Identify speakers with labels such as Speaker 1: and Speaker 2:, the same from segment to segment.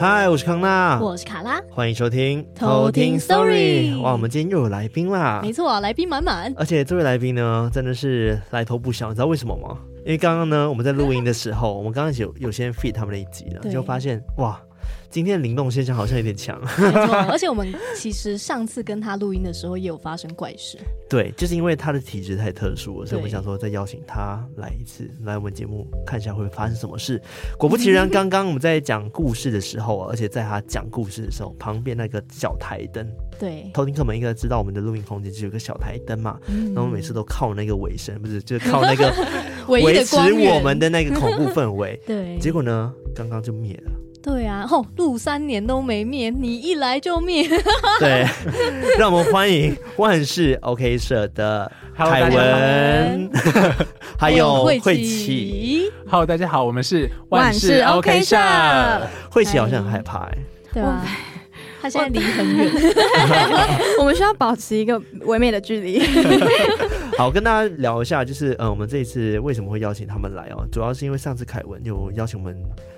Speaker 1: 嗨，我是康娜，
Speaker 2: 我是卡拉，
Speaker 1: 欢迎收听
Speaker 2: 偷听 Story
Speaker 1: 哇，我们今天又有来宾啦，
Speaker 2: 没错，来宾 满满。
Speaker 1: 而且这位来宾呢，真的是来头不小，你知道为什么吗？因为刚刚呢，我们在录音的时候， 我们刚开始有有先 feed 他们的一集了，
Speaker 2: 对
Speaker 1: 就发现哇，今天的灵动现象好像有点强。
Speaker 2: 没错，而且我们其实上次跟他录音的时候也有发生怪事，
Speaker 1: 对，就是因为他的体质太特殊了，所以我们
Speaker 2: 对
Speaker 1: 想说再邀请他来一次，来我们节目看一下会发生什么事。果不其 然，刚刚我们在讲故事的时候啊，而且在他讲故事的时候，旁边那个小台灯，
Speaker 2: 对，
Speaker 1: 偷听客们应该知道我们的录音空间就是有个小台灯嘛，
Speaker 2: 嗯
Speaker 1: 然后每 次都靠那个尾声，不 是就是靠那个
Speaker 2: 唯一
Speaker 1: 维
Speaker 2: 的
Speaker 1: 持
Speaker 2: 光源。
Speaker 1: 我们的那个恐怖氛围
Speaker 2: 对，
Speaker 1: 结果呢，刚刚就灭 了。
Speaker 2: 对啊，吼、录三年都没灭，你一来就灭，
Speaker 1: 对，让我们欢迎万事 OK 社的
Speaker 3: Hello，
Speaker 1: 凯
Speaker 3: 大家好
Speaker 1: 文，还有慧琪。，
Speaker 3: Hello，大家好，我们是
Speaker 4: 万事 OK 社
Speaker 3: 社。
Speaker 1: 慧琪好像很害怕、欸，
Speaker 2: 对啊，他现在离很 远，
Speaker 4: 我们需要保持一个唯美的距离。
Speaker 1: 好，跟大家聊一下，就是呃，我们这一次为什么会邀请他们来哦？主要是因为上次凯文有邀请我们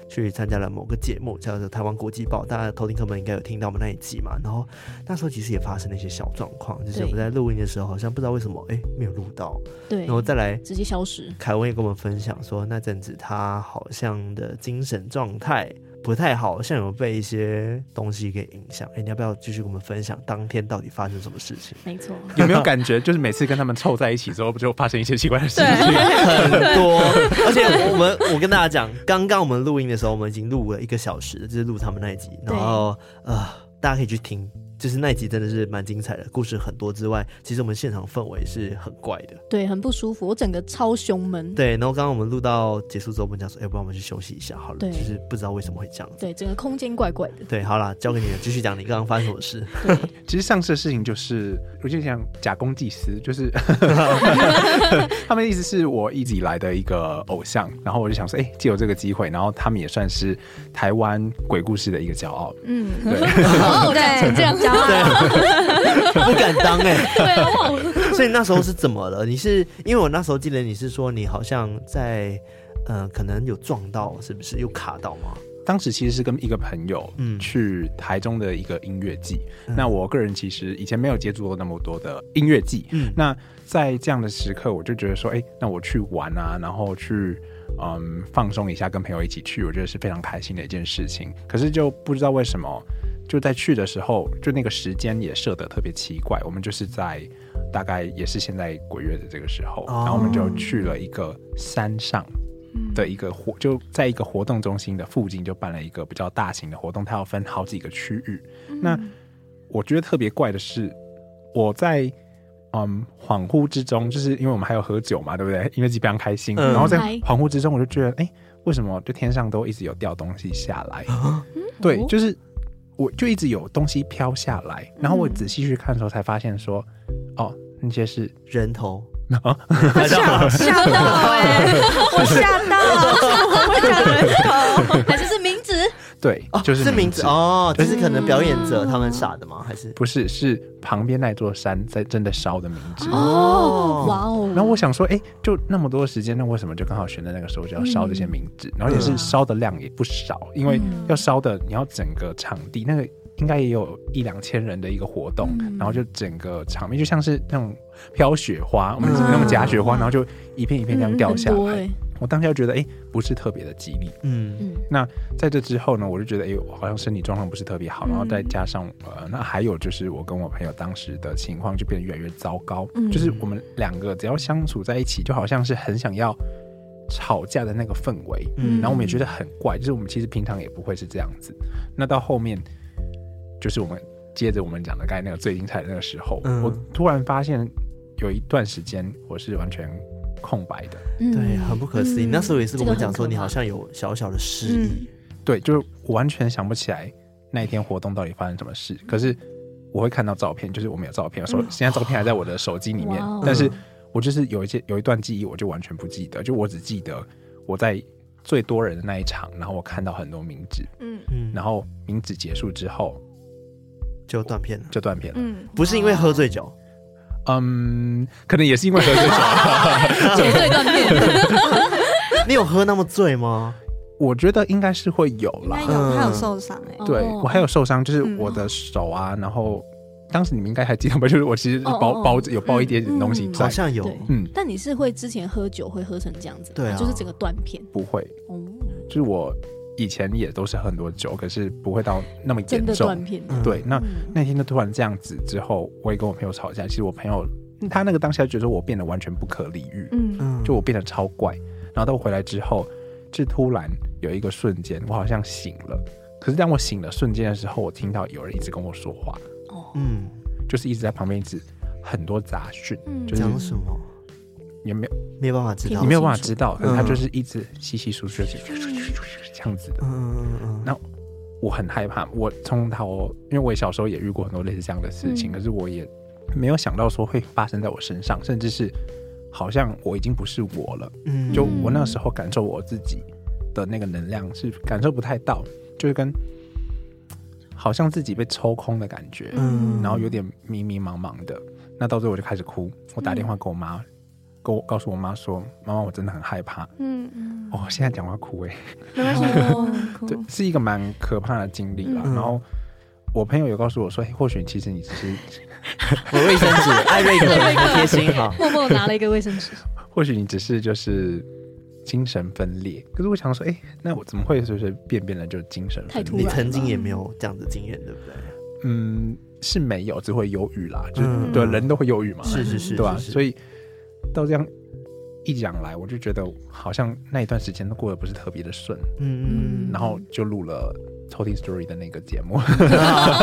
Speaker 1: 去参加了某个节目，叫做《台湾国际报》，大家头听客们应该有听到我们那一集嘛。然后那时候其实也发生了一些小状况，就是我们
Speaker 2: 对
Speaker 1: 在录音的时候好像不知道为什么哎、没有录到，
Speaker 2: 对
Speaker 1: 然，后再来。
Speaker 2: 直接消失，
Speaker 1: 凯文也跟我们分享说，那阵子他好像的精神状态不太好，像有被一些东西给影响。哎、你要不要继续跟我们分享当天到底发生什么事情？
Speaker 2: 没错，
Speaker 3: 有没有感觉，就是每次跟他们凑在一起之后，就发生一些奇怪的事情？
Speaker 1: 很多，而且我们我跟大家讲，刚刚我们录音的时候，我们已经录了一个小时，就是录他们那一集，然后呃，大家可以去听，就是那一集真的是蛮精彩的，故事很多之外，其实我们现场氛围是很怪的，
Speaker 2: 对，很不舒服，我整个超胸闷，
Speaker 1: 对。然后刚刚我们录到结束之后，我们讲说，哎、不然我们去休息一下好了，
Speaker 2: 对
Speaker 1: 就是不知道为什么会这样子。
Speaker 2: 对，整个空间怪 怪的，
Speaker 1: 对，好啦，交给你了，继续讲你刚刚发生什么事。
Speaker 3: 其实上次的事情就是，我就想假公济私，就是 他们的意思是我一直以来的一个偶像，然后我就想说，哎、借由这个机会，然后他们也算是台湾鬼故事的一个骄傲。
Speaker 4: 嗯，
Speaker 3: 对，
Speaker 2: 哦，讲成这样，
Speaker 4: 骄傲。
Speaker 1: 不敢当哎、所以那时候是怎么了？你是因为我那时候记得你是说你好像在呃可能有撞到，是不是有卡到吗？
Speaker 3: 当时其实是跟一个朋友，
Speaker 1: 嗯
Speaker 3: 嗯，去台中的一个音乐季。
Speaker 1: 嗯
Speaker 3: 那我个人其实以前没有接触过那么多的音乐季，
Speaker 1: 嗯
Speaker 3: 那在这样的时刻，我就觉得说，哎、那我去玩啊，然后去嗯放松一下，跟朋友一起去，我觉得是非常开心的一件事情。可是就不知道为什么，就在去的时候，就那个时间也设得特别奇怪，我们就是在。大概也是现在鬼月的这个时候，
Speaker 1: 哦
Speaker 3: 然后我们就去了一个山上，的一个活，就在一个活动中心的附近就办了一个比较大型的活动，它要分好几个区域。那我觉得特别怪的是，我在嗯恍惚之中，就是因为我们还有喝酒嘛，对不对？ 因为非常开心，
Speaker 1: 嗯
Speaker 3: 然后在
Speaker 2: 嗨
Speaker 3: 恍惚之中，我就觉得，哎、为什么就天上都一直有掉东西下来？对，
Speaker 2: 哦
Speaker 3: 就是我就一直有东西飘下来，然后我仔细去看的时候才发现说，哦，那些是
Speaker 1: 人头，
Speaker 4: 我吓吓到哎、我吓到，我吓人头。
Speaker 2: 还是是名字，
Speaker 3: 对，
Speaker 1: 哦，
Speaker 3: 就是
Speaker 1: 名字哦，就
Speaker 3: 就是
Speaker 1: 可能表演者
Speaker 2: 嗯
Speaker 1: 他们傻的吗？还是
Speaker 3: 不是，是旁边那座山在真的烧的名字。
Speaker 1: 哦
Speaker 2: 哇哦，
Speaker 3: 然后我想说，哎、就那么多时间，那为什么就刚好选在那个时候就要烧这些名字？然后也是烧的量也不少，因为
Speaker 2: 嗯
Speaker 3: 要烧的你要整个场地那个。应该也有一两千人的一个活动，
Speaker 2: 嗯
Speaker 3: 然后就整个场面就像是那种飘雪花，我们那种假雪花，
Speaker 2: 嗯
Speaker 3: 然后就一片一片这样掉下
Speaker 2: 很多
Speaker 3: 来。
Speaker 2: 欸
Speaker 3: 我当下就觉得，哎、不是特别的吉利。
Speaker 1: 嗯
Speaker 2: 嗯，
Speaker 3: 在这之后呢，我就觉得，哎、我好像身体状况不是特别好，
Speaker 4: 嗯
Speaker 3: 然后再加上呃，那还有就是我跟我朋友当时的情况就变得越来越糟糕，
Speaker 2: 嗯
Speaker 3: 就是我们两个只要相处在一起，就好像是很想要吵架的那个氛围，
Speaker 1: 嗯
Speaker 3: 然后我们也觉得很怪，就是我们其实平常也不会是这样子。那到后面，就是我们接着我们讲的刚才那个最精彩的那个时候，
Speaker 1: 嗯
Speaker 3: 我突然发现有一段时间我是完全空白的，
Speaker 2: 嗯
Speaker 1: 对，很不可思议。
Speaker 4: 嗯
Speaker 1: 那时候也是跟我
Speaker 2: 这个
Speaker 1: 讲
Speaker 2: 很
Speaker 1: 说
Speaker 2: 可怕
Speaker 1: 你好像有小小的失
Speaker 4: 嗯
Speaker 1: 忆，，
Speaker 3: 对，就是我完全想不起来那一天活动到底发生什么事。可是我会看到照片，就是我没有照片，我手现在照片还在我的手机里面
Speaker 2: 嗯哇哦，
Speaker 3: 但是我就是有一些有一段记忆，我就完全不记得，就我只记得我在最多人的那一场，然后我看到很多名字，
Speaker 4: 嗯
Speaker 1: 嗯，然
Speaker 3: 然
Speaker 1: 后
Speaker 3: 后名字结束之后
Speaker 1: 就断片了，
Speaker 3: 就断片了。
Speaker 4: 嗯，
Speaker 2: 哦
Speaker 1: 不是因为喝醉酒，
Speaker 3: 嗯，可能也是因为喝 醉酒，
Speaker 4: 绝对 断片，
Speaker 1: 你有喝那么醉吗？
Speaker 3: 我觉得应该是会有
Speaker 4: 应
Speaker 3: 啦
Speaker 4: 该。有他有受伤哎、
Speaker 2: 哦嗯
Speaker 3: 对我还有受伤，就是我的手啊，然后当时你们应该还记得 吧？就是我其实是
Speaker 2: 哦
Speaker 3: 包
Speaker 2: 哦
Speaker 3: 包有包一点点东西
Speaker 2: 嗯
Speaker 1: 好
Speaker 3: 在，
Speaker 1: 像有，
Speaker 2: 对
Speaker 3: 嗯，
Speaker 2: 但你是会之前喝酒会喝成这样子吗，
Speaker 1: 对啊
Speaker 2: 就是整个断片
Speaker 3: 不会，
Speaker 2: 哦，
Speaker 3: 就是我以前也都是喝很多酒，可是不会到那么
Speaker 2: 真
Speaker 3: 严
Speaker 2: 的断
Speaker 3: 重。
Speaker 2: 片。
Speaker 1: 嗯
Speaker 3: 对，那
Speaker 2: 嗯
Speaker 3: 那天就突然这样子之后，我也跟我朋友吵架。其实我朋友
Speaker 2: 嗯
Speaker 3: 他那个当下觉得我变得完全不可理喻，
Speaker 4: 嗯，
Speaker 1: 嗯
Speaker 3: 就我变得超怪。然后到我回来之后，是突然有一个瞬间，我好像醒了。可是当我醒了瞬间的时候，我听到有人一直跟我说话，
Speaker 2: 哦，
Speaker 1: 嗯，
Speaker 3: 就是一直在旁边一直很多杂讯，
Speaker 2: 嗯
Speaker 3: 就是
Speaker 1: 讲什么
Speaker 3: 也没有
Speaker 1: 没有办法知道
Speaker 3: 你
Speaker 2: 听
Speaker 3: 没
Speaker 2: 不
Speaker 3: 有办法
Speaker 2: 清楚
Speaker 3: 知道，可是他
Speaker 1: 嗯
Speaker 3: 就是一直稀稀疏疏就是这样子的。
Speaker 1: 嗯嗯嗯
Speaker 3: 那我很害怕，我从头，因为我小时候也遇过很多类似这样的事情，
Speaker 2: 嗯
Speaker 3: 可是我也没有想到说会发生在我身上，甚至是好像我已经不是我了。
Speaker 1: 嗯，
Speaker 3: 就我那时候感受我自己的那个能量是感受不太到，就是跟好像自己被抽空的感觉，
Speaker 1: 嗯
Speaker 3: 然后有点迷迷茫茫的。那到最后我就开始哭，我打电话给我妈，跟我告诉我妈说：“妈妈，我真的很害怕。
Speaker 4: 嗯嗯，”
Speaker 3: 哦，现在讲话哭哎、
Speaker 4: 没关系，哭
Speaker 3: 对
Speaker 4: 哭，，
Speaker 3: 是一个蛮可怕的经历啦。
Speaker 1: 嗯
Speaker 3: 然后我朋友有告诉我说：“嘿，或许其实你只是，
Speaker 1: 我卫生纸，艾瑞克
Speaker 2: 艾瑞克
Speaker 1: 不贴心 哈，
Speaker 2: 默默拿了一个卫生 纸，
Speaker 3: 或许你只是就是精神分裂。”可是我想说，哎、那我怎么会随随便便的就精神分
Speaker 2: 太突
Speaker 1: 你
Speaker 3: 裂
Speaker 2: 然？
Speaker 1: 曾经也没有这样的经验，对不对？
Speaker 3: 嗯，是没有，只会忧郁啦，就是、
Speaker 1: 嗯
Speaker 3: 对人都会忧郁嘛，
Speaker 1: 是是是，
Speaker 3: 对吧、
Speaker 1: 是是
Speaker 3: 所以到这样一讲来，我就觉得好像那一段时间都过得不是特别的顺，
Speaker 1: 嗯嗯
Speaker 3: 然后就录了。抽屉 story 的那个节目，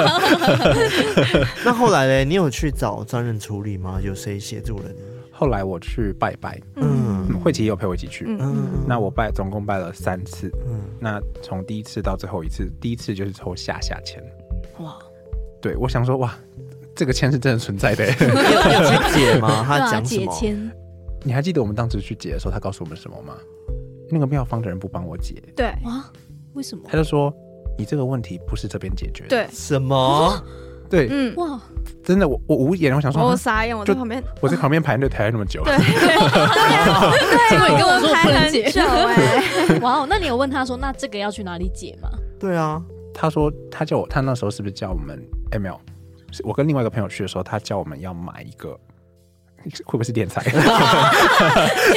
Speaker 1: 嗯，那后来嘞，你有去找专人处理吗？有谁协助了你？
Speaker 3: 后来我去拜拜，
Speaker 1: 嗯
Speaker 3: 嗯，慧琪也有陪我一起去。
Speaker 4: 嗯
Speaker 1: 嗯
Speaker 4: 嗯，
Speaker 3: 那我拜总共拜了三次，
Speaker 1: 嗯
Speaker 3: 那从第一次到最后一次，第一次就是抽下下签。
Speaker 2: 哇，
Speaker 3: 对我想说，哇，这个签是真的存在的。
Speaker 1: 你有 你有去解吗？
Speaker 2: 对
Speaker 1: 他
Speaker 2: 啊，
Speaker 1: 讲什
Speaker 2: 解
Speaker 1: 么？
Speaker 2: 签，
Speaker 3: 你还记得我们当时去解的时候，他告诉我们什么吗？那个庙方的人不帮我解，
Speaker 4: 对
Speaker 2: 哇，为什么
Speaker 3: 他？就说你这个问题不是这边解决的。
Speaker 4: 对，
Speaker 1: 什么？
Speaker 3: 对
Speaker 4: 嗯，
Speaker 2: 哇，
Speaker 3: 真的，我我无言，我想说，
Speaker 4: 我
Speaker 3: 啊
Speaker 4: 傻眼，我
Speaker 3: 就
Speaker 4: 在旁边，
Speaker 3: 我在旁边排队排了那么久，
Speaker 4: 对，结
Speaker 2: 结果你跟我说
Speaker 4: 排
Speaker 2: 不能
Speaker 4: 很
Speaker 2: 解
Speaker 4: 久，哎，
Speaker 2: 哇哦，那你有问他说那这个要去哪里解吗？
Speaker 1: 对啊，
Speaker 3: 他说他叫我，他那时候是不是叫我们 ML？是我跟另外一个朋友去的时候，他叫我们要买一个，会不会是电材？
Speaker 1: 渐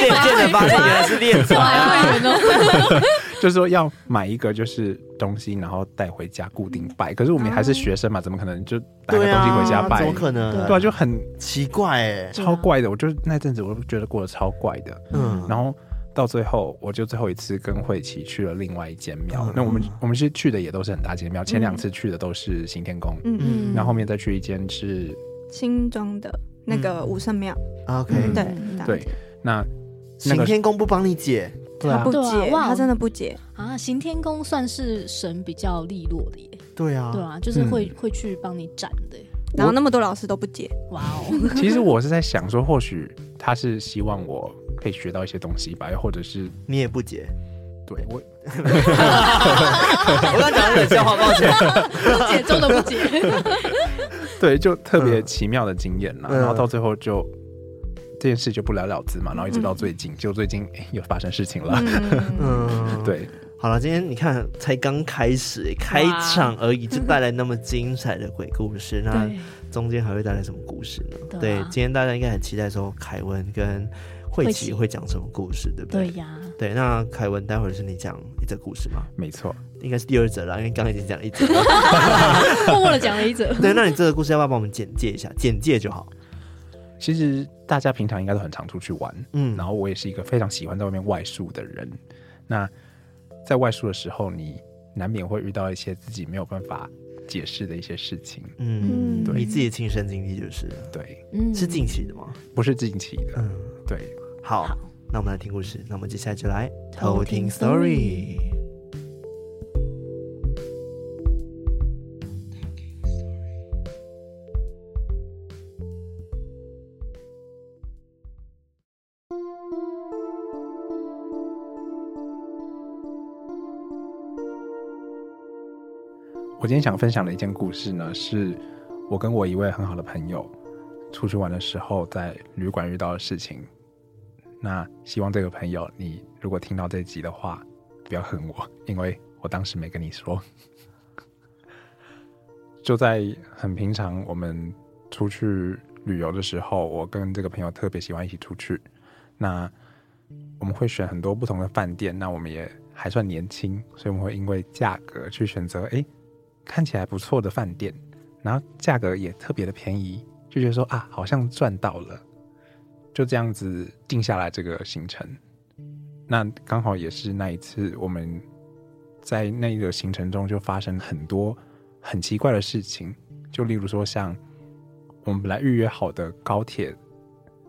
Speaker 1: 渐的发现原来是练
Speaker 2: 我
Speaker 3: 啊
Speaker 1: 财，
Speaker 2: 还会哦，
Speaker 3: 就是说要买一个就是东西，然后带回家固定拜。可是我们还是学生嘛，怎么可能就拿个
Speaker 1: 对
Speaker 3: 东西
Speaker 1: 啊，
Speaker 3: 回家拜？
Speaker 1: 怎么可能？
Speaker 3: 对啊，就很
Speaker 1: 奇怪哎，
Speaker 2: 对啊
Speaker 3: 超怪的。我就是那阵子，我就觉得过得超怪的。
Speaker 1: 嗯，
Speaker 3: 然后到最后，我就最后一次跟慧琪去了另外一间庙。
Speaker 1: 嗯
Speaker 3: 那我们我们是去的也都是很大间庙，前两次去的都是行天宫，
Speaker 1: 嗯
Speaker 4: 嗯，
Speaker 3: 然后后面再去一间是
Speaker 4: 新庄的那个武圣庙，
Speaker 1: 啊 OK，
Speaker 4: 对
Speaker 2: 嗯
Speaker 3: 对，那那
Speaker 1: 行
Speaker 3: 个
Speaker 1: 天宫不帮你解，
Speaker 3: 对啊
Speaker 4: 不
Speaker 2: 对啊
Speaker 4: 解，
Speaker 2: 哇
Speaker 4: 他真的不解，
Speaker 2: 啊，行天宫算是神比较利落的耶，
Speaker 1: 对啊，
Speaker 2: 对啊，就是
Speaker 3: 嗯
Speaker 2: 会会去帮你斩的耶，
Speaker 4: 然后那么多老师都不解，
Speaker 2: 哇 哦，
Speaker 3: 其实我是在想说，或许他是希望我可以学到一些东西吧，又或者是
Speaker 1: 你也不解。
Speaker 3: 对我
Speaker 1: 我刚讲的笑话，抱歉。
Speaker 2: 不解中的不解，
Speaker 1: 啊
Speaker 3: 对，就特别奇妙的经验啦。
Speaker 1: 嗯
Speaker 3: 然后到最后就这件事就不了了之嘛，然后一直到最近，就最近哎又发生事情了。
Speaker 4: 嗯，
Speaker 1: 嗯，
Speaker 3: 对，
Speaker 1: 好了，今天你看才刚开始，开场而已就带来那么精彩的鬼故事，那
Speaker 2: 对，
Speaker 1: 中间还会带来什么故事呢？
Speaker 2: 对啊
Speaker 1: 今天大家应该很期待说凯文跟慧
Speaker 2: 慧
Speaker 1: 琪
Speaker 2: 琪
Speaker 1: 会讲什么故事，对不
Speaker 2: 对
Speaker 1: 对？
Speaker 2: 呀，
Speaker 1: 对，那凯文待会儿是你讲一则故事吗？
Speaker 3: 没错，
Speaker 1: 应该是第二则啦，因为刚刚已经讲了一则了。
Speaker 2: 默默的讲了一则，
Speaker 1: 对，那你这个故事要不要帮我们简介一下？简介就好。
Speaker 3: 其实大家平常应该都很常出去玩，
Speaker 1: 嗯
Speaker 3: 然，后我也是一个非常喜欢在外面外宿的人。那在外宿的时候，你难免会遇到一些自己没有办法解释的一些事情。
Speaker 1: 嗯，
Speaker 2: 对
Speaker 1: 你自己的亲身经历就是了，
Speaker 3: 对，
Speaker 2: 嗯
Speaker 1: 是近期的吗？
Speaker 3: 不是近期的。
Speaker 1: 嗯。
Speaker 3: 对，
Speaker 1: 好
Speaker 2: 好，
Speaker 1: 那我们来听故事。那我们接下来就来偷
Speaker 2: 偷
Speaker 1: 听
Speaker 2: 听
Speaker 1: story。
Speaker 3: 我今天想分享的一件故事呢，是我跟我一位很好的朋友，出去玩的时候在旅馆遇到的事情。那希望这个朋友，你如果听到这集的话，不要恨我，因为我当时没跟你说。就在很平常，我们出去旅游的时候，我跟这个朋友特别喜欢一起出去。那我们会选很多不同的饭店，那我们也还算年轻，所以我们会因为价格去选择，诶，看起来不错的饭店，然后价格也特别的便宜，就觉得说啊，好像赚到了。就这样子定下来这个行程。那刚好也是那一次，我们在那个行程中就发生很多很奇怪的事情，就例如说像我们本来预约好的高铁，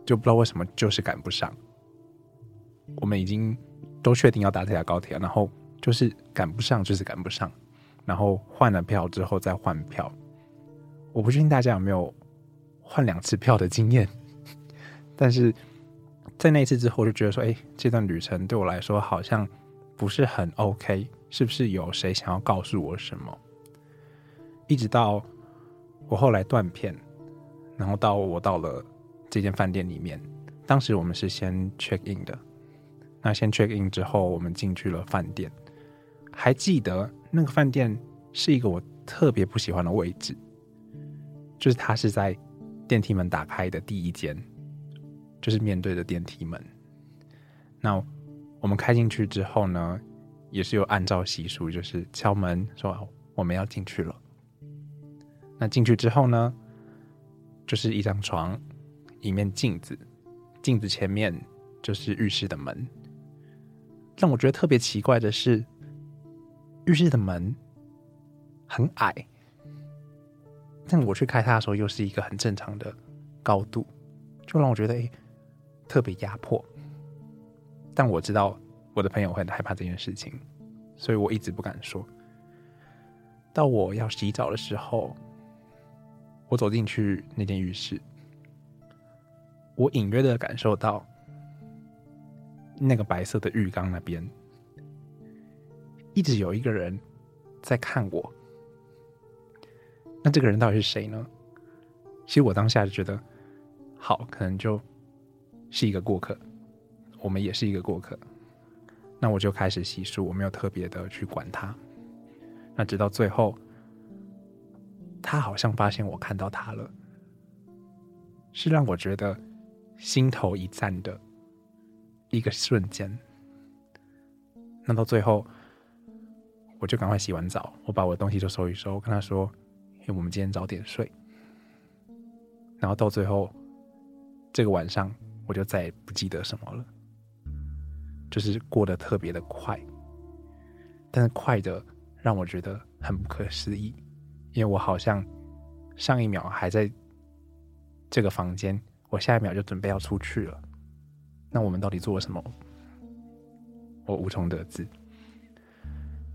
Speaker 3: 就不知道为什么就是赶不上。我们已经都确定要搭这条高铁，然后就是赶不上，就是赶不上。然后换了票之后再换票，我不确定大家有没有换两次票的经验， 但是在那一次之后，我就觉得说，哎、这段旅程对我来说好像不是很 OK，是不是有谁想要告诉我什么？一直到我后来断片，然后到我到了这间饭店里面，当时我们是先 check in 的，那先 check in 之后，我们进去了饭店，还记得那个饭店是一个我特别不喜欢的位置，就是它是在电梯门打开的第一间，就是面对着电梯门。那我们开进去之后呢，也是有按照习俗，就是敲门说啊我们要进去了。那进去之后呢，就是一张床，一面镜子，镜子前面就是浴室的门。让我觉得特别奇怪的是，浴室的门很矮，但我去开它的时候又是一个很正常的高度，就让我觉得诶、特别压迫。但我知道我的朋友会很害怕这件事情，所以我一直不敢说。到我要洗澡的时候，我走进去那间浴室，我隐约的感受到那个白色的浴缸那边，一直有一个人在看我。那这个人到底是谁呢？其实我当下就觉得，好，可能就是一个过客，我们也是一个过客。那我就开始洗漱，我没有特别的去管他。那直到最后，他好像发现我看到他了，是让我觉得心头一颤的一个瞬间。那到最后，我就赶快洗完澡，我把我的东西都收一收，我跟他说：“因为我们今天早点睡。”然后到最后，这个晚上我就再也不记得什么了，就是过得特别的快，但是快的让我觉得很不可思议，因为我好像上一秒还在这个房间，我下一秒就准备要出去了。那我们到底做了什么？我无从得知。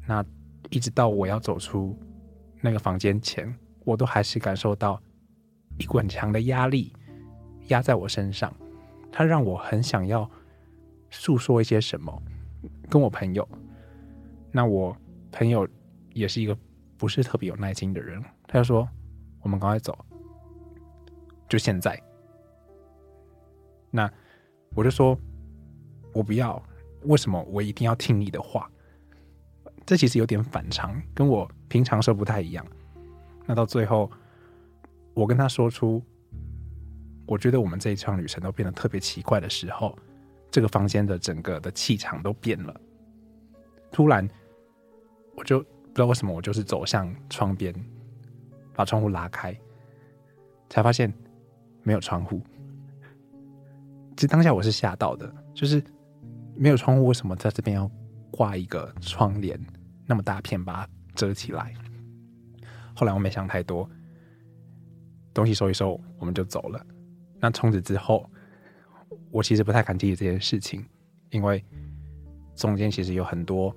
Speaker 3: 那一直到我要走出那个房间前，我都还是感受到一股很强的压力压在我身上，它让我很想要诉说一些什么，跟我朋友。那我朋友也是一个不是特别有耐心的人，他就说：“我们赶快走，就现在。”那我就说：“我不要，为什么我一定要听你的话？”这其实有点反常，跟我平常说不太一样。那到最后，我跟他说出，我觉得我们这一趟旅程都变得特别奇怪的时候，这个房间的整个的气场都变了。突然，我就不知道为什么，我就是走向窗边，把窗户拉开，才发现没有窗户。其实当下我是吓到的，就是没有窗户，为什么在这边要挂一个窗帘，那么大片把它遮起来？后来我没想太多，东西收一收，我们就走了。那从此之后，我其实不太敢提起这件事情，因为中间其实有很多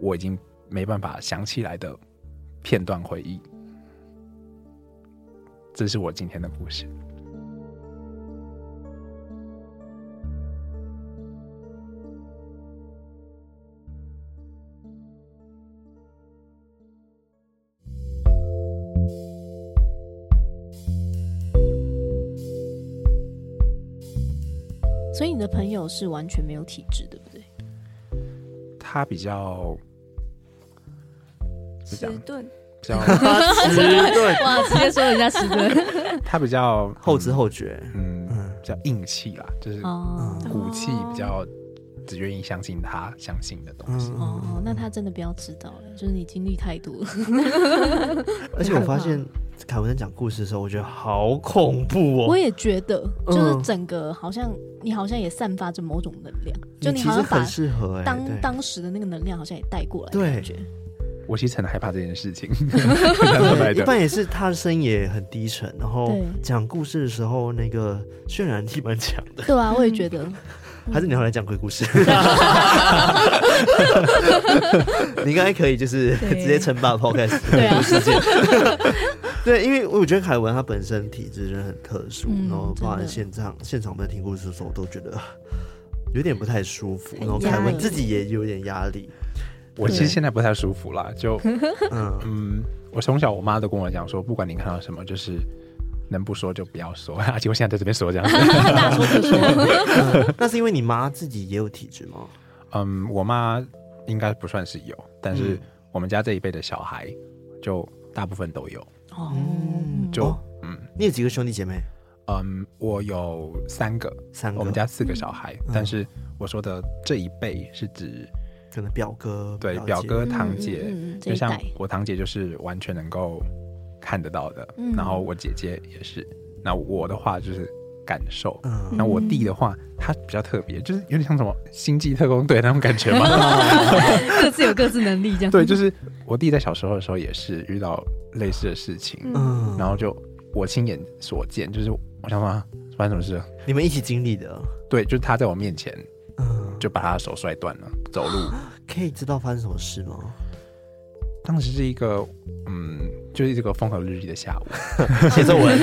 Speaker 3: 我已经没办法想起来的片段回忆。这是我今天的故事。
Speaker 2: 所以你的朋友是完全没有体质，对不对？
Speaker 3: 他比较
Speaker 4: 迟钝，
Speaker 3: 比较，
Speaker 1: 迟钝，
Speaker 4: 哇，直接说人家迟 钝
Speaker 3: 他比较
Speaker 1: 后知，后觉，
Speaker 3: 嗯，嗯
Speaker 1: 嗯
Speaker 3: 比较硬气啦，就是
Speaker 2: 哦
Speaker 3: 骨气比较只愿意相信他相信的东西。
Speaker 1: 嗯，
Speaker 2: 哦，那他真的不要知道了，就是你经历太多
Speaker 3: 哦
Speaker 2: 了。
Speaker 1: 而且我发现凯文在讲故事的时候，我觉得好恐怖哦
Speaker 2: 我。也觉得，就是
Speaker 1: 嗯
Speaker 2: 整个好像你好像也散发着某种能量，就
Speaker 1: 你
Speaker 2: 你
Speaker 1: 其
Speaker 2: 好
Speaker 1: 实
Speaker 2: 像
Speaker 1: 很
Speaker 2: 把
Speaker 1: 适合哎，对
Speaker 2: 当当时的那个能量好像也带过来的
Speaker 1: 对
Speaker 2: 感觉。
Speaker 3: 我其实很害怕这件 事情，坦
Speaker 1: 对，
Speaker 3: 白
Speaker 1: 一
Speaker 3: 的，
Speaker 1: 般也是他的声音也很低沉，然后
Speaker 2: 对
Speaker 1: 讲故事的时候那个渲染力蛮强的。
Speaker 2: 对啊，我 也觉得，
Speaker 1: 还是你要来讲鬼 故事？ 你应该可以，就是
Speaker 4: 对
Speaker 1: 直接称霸 podcast
Speaker 2: 对啊
Speaker 1: 鬼故事界。 对，因为我觉得凯文他本身体质真的很特殊，
Speaker 2: 嗯
Speaker 1: 然后包含
Speaker 2: 真
Speaker 1: 现场现场我们在听故事的时候，我都觉得有点不太舒服。
Speaker 4: 很
Speaker 1: 然后
Speaker 2: 压
Speaker 1: 凯文
Speaker 2: 力
Speaker 1: 自己也有点压力，
Speaker 3: 我其实现在不太舒服啦，就
Speaker 1: 嗯，
Speaker 3: 嗯，我从小我妈都跟我讲说，不管你看到什么，就是能不说就不要说， 而且我现在在这边说这样子。
Speaker 2: 大说特说，
Speaker 1: 那是因为你妈自己也有体质吗？
Speaker 3: 嗯，我妈应该不算是有，但是
Speaker 1: 嗯
Speaker 3: 我们家这一辈的小孩就大部分都有。
Speaker 2: 哦，
Speaker 1: 嗯
Speaker 3: 就
Speaker 1: 哦
Speaker 3: 嗯
Speaker 1: 你有几个兄弟姐妹？
Speaker 3: 嗯，我有三个，
Speaker 1: 三个。
Speaker 3: 我们家四个小孩，
Speaker 1: 嗯
Speaker 3: 但是我说的这一辈是指
Speaker 1: 可能表哥
Speaker 3: 对
Speaker 1: 姐
Speaker 3: 表哥
Speaker 2: 嗯
Speaker 3: 堂
Speaker 2: 嗯
Speaker 3: 姐，
Speaker 2: 嗯嗯这
Speaker 3: 就
Speaker 2: 一
Speaker 3: 像
Speaker 2: 代，
Speaker 3: 我堂姐就是完全能够看得到的，
Speaker 2: 嗯
Speaker 3: 然后我姐姐也是，那我的话就是感受。
Speaker 1: 嗯
Speaker 3: 那我弟的话，他比较特别，就是有点像什么星际特工队那种感觉嘛。
Speaker 4: 各自有各自能力这样。
Speaker 3: 对，就是我弟在小时候的时候也是遇到类似的事情，
Speaker 1: 嗯，
Speaker 3: 然后就我亲眼所见，就是我想说啊发生什么事了？
Speaker 1: 你们一起经历的，
Speaker 3: 对，就是他在我面前
Speaker 1: 嗯，
Speaker 3: 就把他的手摔断了，走 路。
Speaker 1: 可以知道发生什么事 吗？
Speaker 3: 当时是一个嗯，就是这个风和日丽的下午，
Speaker 1: 写作文，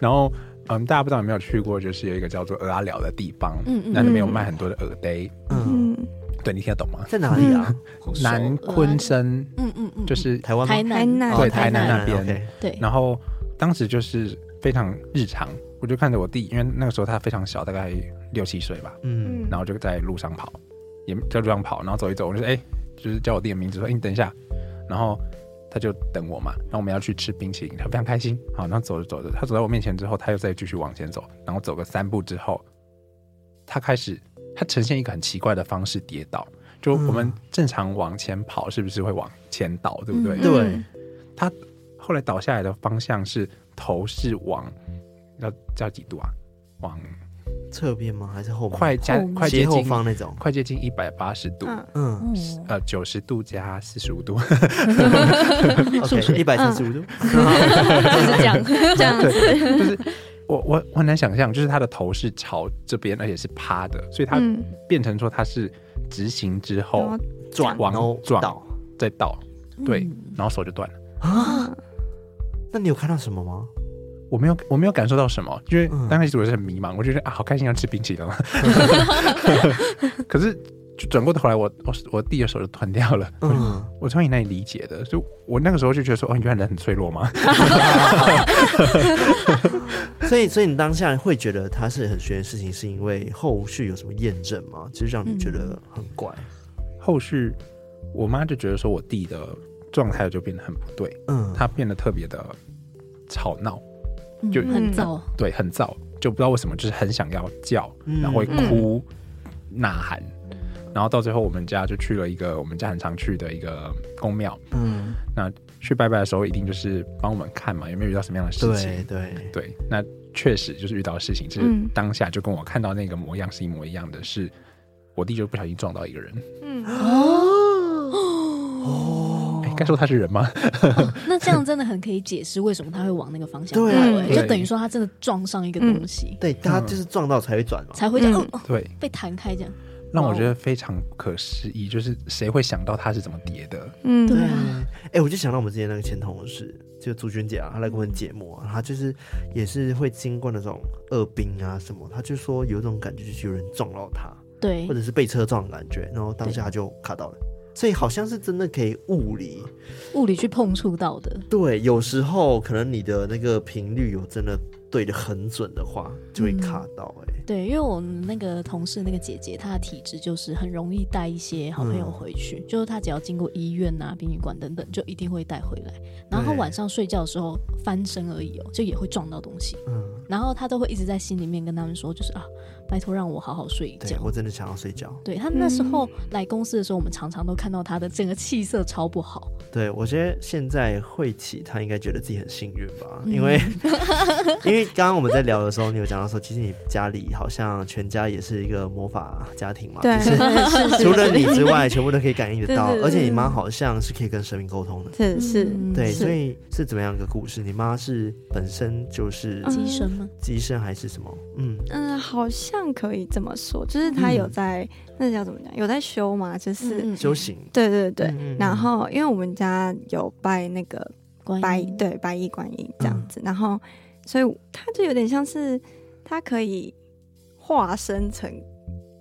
Speaker 3: 然后嗯，大家不知道有没有去过，就是有一个叫做鹅阿寮的地方，
Speaker 2: 嗯嗯
Speaker 3: 那里面有卖很多的鹅呆，
Speaker 1: 嗯，
Speaker 4: 嗯，
Speaker 3: 对你听得懂吗？
Speaker 1: 在哪里啊？
Speaker 2: 好熟
Speaker 3: 南昆，山
Speaker 2: 呃嗯嗯嗯，嗯
Speaker 3: 就是，
Speaker 1: 台湾吗
Speaker 2: 嗯台
Speaker 4: 台
Speaker 2: 南，
Speaker 4: 南
Speaker 1: 哦
Speaker 3: 对
Speaker 1: 台
Speaker 3: 台南那边
Speaker 1: ，OK
Speaker 2: 对，
Speaker 3: 然后当时就是非常日常，我就看着我弟，因为那个时候他非常小，大概六七岁吧，
Speaker 1: 嗯，
Speaker 3: 然后就在路上跑，也在路上跑，然后走一走，我就说哎、就是叫我弟的名字，说哎、你等一下，然后他就等我嘛，然后我们要去吃冰淇淋，他非常开心，好，然后走着走着，他走到我面前之后，他又再继续往前走，然后走个三步之后，他开始他呈现一个很奇怪的方式跌倒，就我们
Speaker 1: 嗯
Speaker 3: 正常往前跑是不是会往前倒，对不对？
Speaker 2: 嗯
Speaker 1: 对，
Speaker 3: 后来倒下来的方向是头是往要叫几度啊？往
Speaker 1: 侧边吗？还是后面
Speaker 3: 快加
Speaker 2: 后面
Speaker 3: 快接
Speaker 1: 斜后
Speaker 3: 近
Speaker 1: 方那种？
Speaker 3: 快接近一百八十度，
Speaker 4: 嗯
Speaker 1: 嗯
Speaker 2: 哦
Speaker 3: 呃九十度加四十五度，
Speaker 1: ，OK，一百三十五度，嗯
Speaker 4: 就是这样 这样子，
Speaker 3: 对，就是我我我很难想象，就是他的头是朝这边，而且是趴的，所以他
Speaker 4: 嗯，
Speaker 3: 变成说他是直行之
Speaker 4: 然
Speaker 3: 后
Speaker 4: 后
Speaker 1: 转
Speaker 3: 往
Speaker 1: 然后
Speaker 3: 转
Speaker 1: 倒。
Speaker 3: 再倒，对，
Speaker 2: 嗯
Speaker 3: 然后手就断了。
Speaker 1: 那你有看到什么吗？
Speaker 3: 我没有，我没有感受到什么，因为
Speaker 1: 嗯
Speaker 3: 刚开始我是很迷茫，我觉得啊，好开心要吃冰淇淋了，可是就转过头来我，我我弟的手就断掉了，
Speaker 1: 嗯，
Speaker 3: 我从你那里理解的，就我那个时候就觉得说，哦，原来人很脆弱嘛，
Speaker 1: 所以所以你当下会觉得它是很悬的事情，是因为后续有什么验证吗？其实让你觉得很怪。
Speaker 3: 后续我妈就觉得说我弟的状态就变得很不对，
Speaker 1: 嗯，
Speaker 3: 他变得特别的吵闹，
Speaker 2: 嗯
Speaker 3: 就
Speaker 2: 很燥，
Speaker 3: 对，很燥，就不知道为什么，就是很想要叫，
Speaker 1: 嗯
Speaker 3: 然后会哭、呐喊，然后到最后我们家就去了一个我们家很常去的一个公庙，
Speaker 1: 嗯，
Speaker 3: 去拜拜的时候一定就是帮我们看嘛，有没有遇到什么样的事
Speaker 1: 对
Speaker 3: 情，
Speaker 1: 对，
Speaker 3: 对，那确实就是遇到的事情，就是
Speaker 4: 嗯
Speaker 3: 当下就跟我看到那个模样是一模一样的，是我弟就不小心撞到一个人，
Speaker 4: 嗯，
Speaker 1: 哦
Speaker 3: 哎、该说他是人吗？
Speaker 2: 那这样真的很可以解释为什么他会往那个方向跑，
Speaker 1: 对嗯
Speaker 4: 啊
Speaker 2: 哎
Speaker 3: 对
Speaker 2: 就等于说他真的撞上一个东西，
Speaker 1: 对，他就是撞到才会转嘛。
Speaker 2: 才会这样
Speaker 4: 嗯
Speaker 2: 哦哦
Speaker 3: 对，
Speaker 2: 被弹开这样。
Speaker 3: 让
Speaker 1: 哦
Speaker 3: 我觉得非常不可思议，就是谁会想到他是怎么跌的？
Speaker 4: 嗯，
Speaker 2: 对
Speaker 1: 对
Speaker 2: 啊，
Speaker 1: 哎、我就想到我们之前那个前同事，就朱娟姐啊，她来跟我们节目啊，她就是也是会经过那种恶冰啊什么，她就说有一种感觉，就是有人撞到她，
Speaker 2: 对
Speaker 1: 或，者是被车撞的感觉，然后当下她就卡到了，所以好像是真的可以物理。
Speaker 2: 物理去碰触到的，
Speaker 1: 对，有时候可能你的那个频率有真的对的很准的话，就会卡到哎、
Speaker 4: 嗯
Speaker 2: 对，因为我们那个同事那个姐姐，她的体质就是很容易带一些好朋友回去，
Speaker 1: 嗯
Speaker 2: 就是她只要经过医院啊、殡仪馆等等，就一定会带回来。然后她
Speaker 1: 对
Speaker 2: 晚上睡觉的时候翻身而已哦，就也会撞到东西。
Speaker 1: 嗯，
Speaker 2: 然后她都会一直在心里面跟他们说，就是啊，拜托让我好好睡一觉
Speaker 1: 对。我真的想要睡觉。
Speaker 2: 对她那时候来公司的时候，我们常常都看到她的整个气色超不好。
Speaker 1: 对我觉得现在慧琪她应该觉得自己很幸运吧，
Speaker 4: 嗯
Speaker 1: 因 为因为刚刚我们在聊的时候，你有讲到说，其实你家里好像全家也是一个魔法家庭嘛，
Speaker 4: 对，
Speaker 1: 就是
Speaker 4: 是是
Speaker 1: 除了你之外，全部都可以感应得到
Speaker 4: 对对，对
Speaker 1: 而且你妈好像是可以跟神明沟通的。
Speaker 4: 是是，
Speaker 2: 嗯
Speaker 1: 对，
Speaker 4: 是
Speaker 1: 所以是怎么样一个故事？你妈是本身就是
Speaker 4: 嗯
Speaker 2: 机身吗？
Speaker 1: 机身还是什么？嗯，
Speaker 4: 嗯、好像可以这么说，就是他有在、那叫怎么讲，有在修嘛，就是、
Speaker 2: 嗯
Speaker 1: 修行。
Speaker 4: 对对对。
Speaker 1: 嗯，嗯嗯
Speaker 4: 然后，因为我们家有拜那个
Speaker 2: 观
Speaker 4: 白
Speaker 2: 音
Speaker 4: 对白衣观音
Speaker 1: 嗯
Speaker 4: 这样子，然后所以它就有点像是它可以化身成，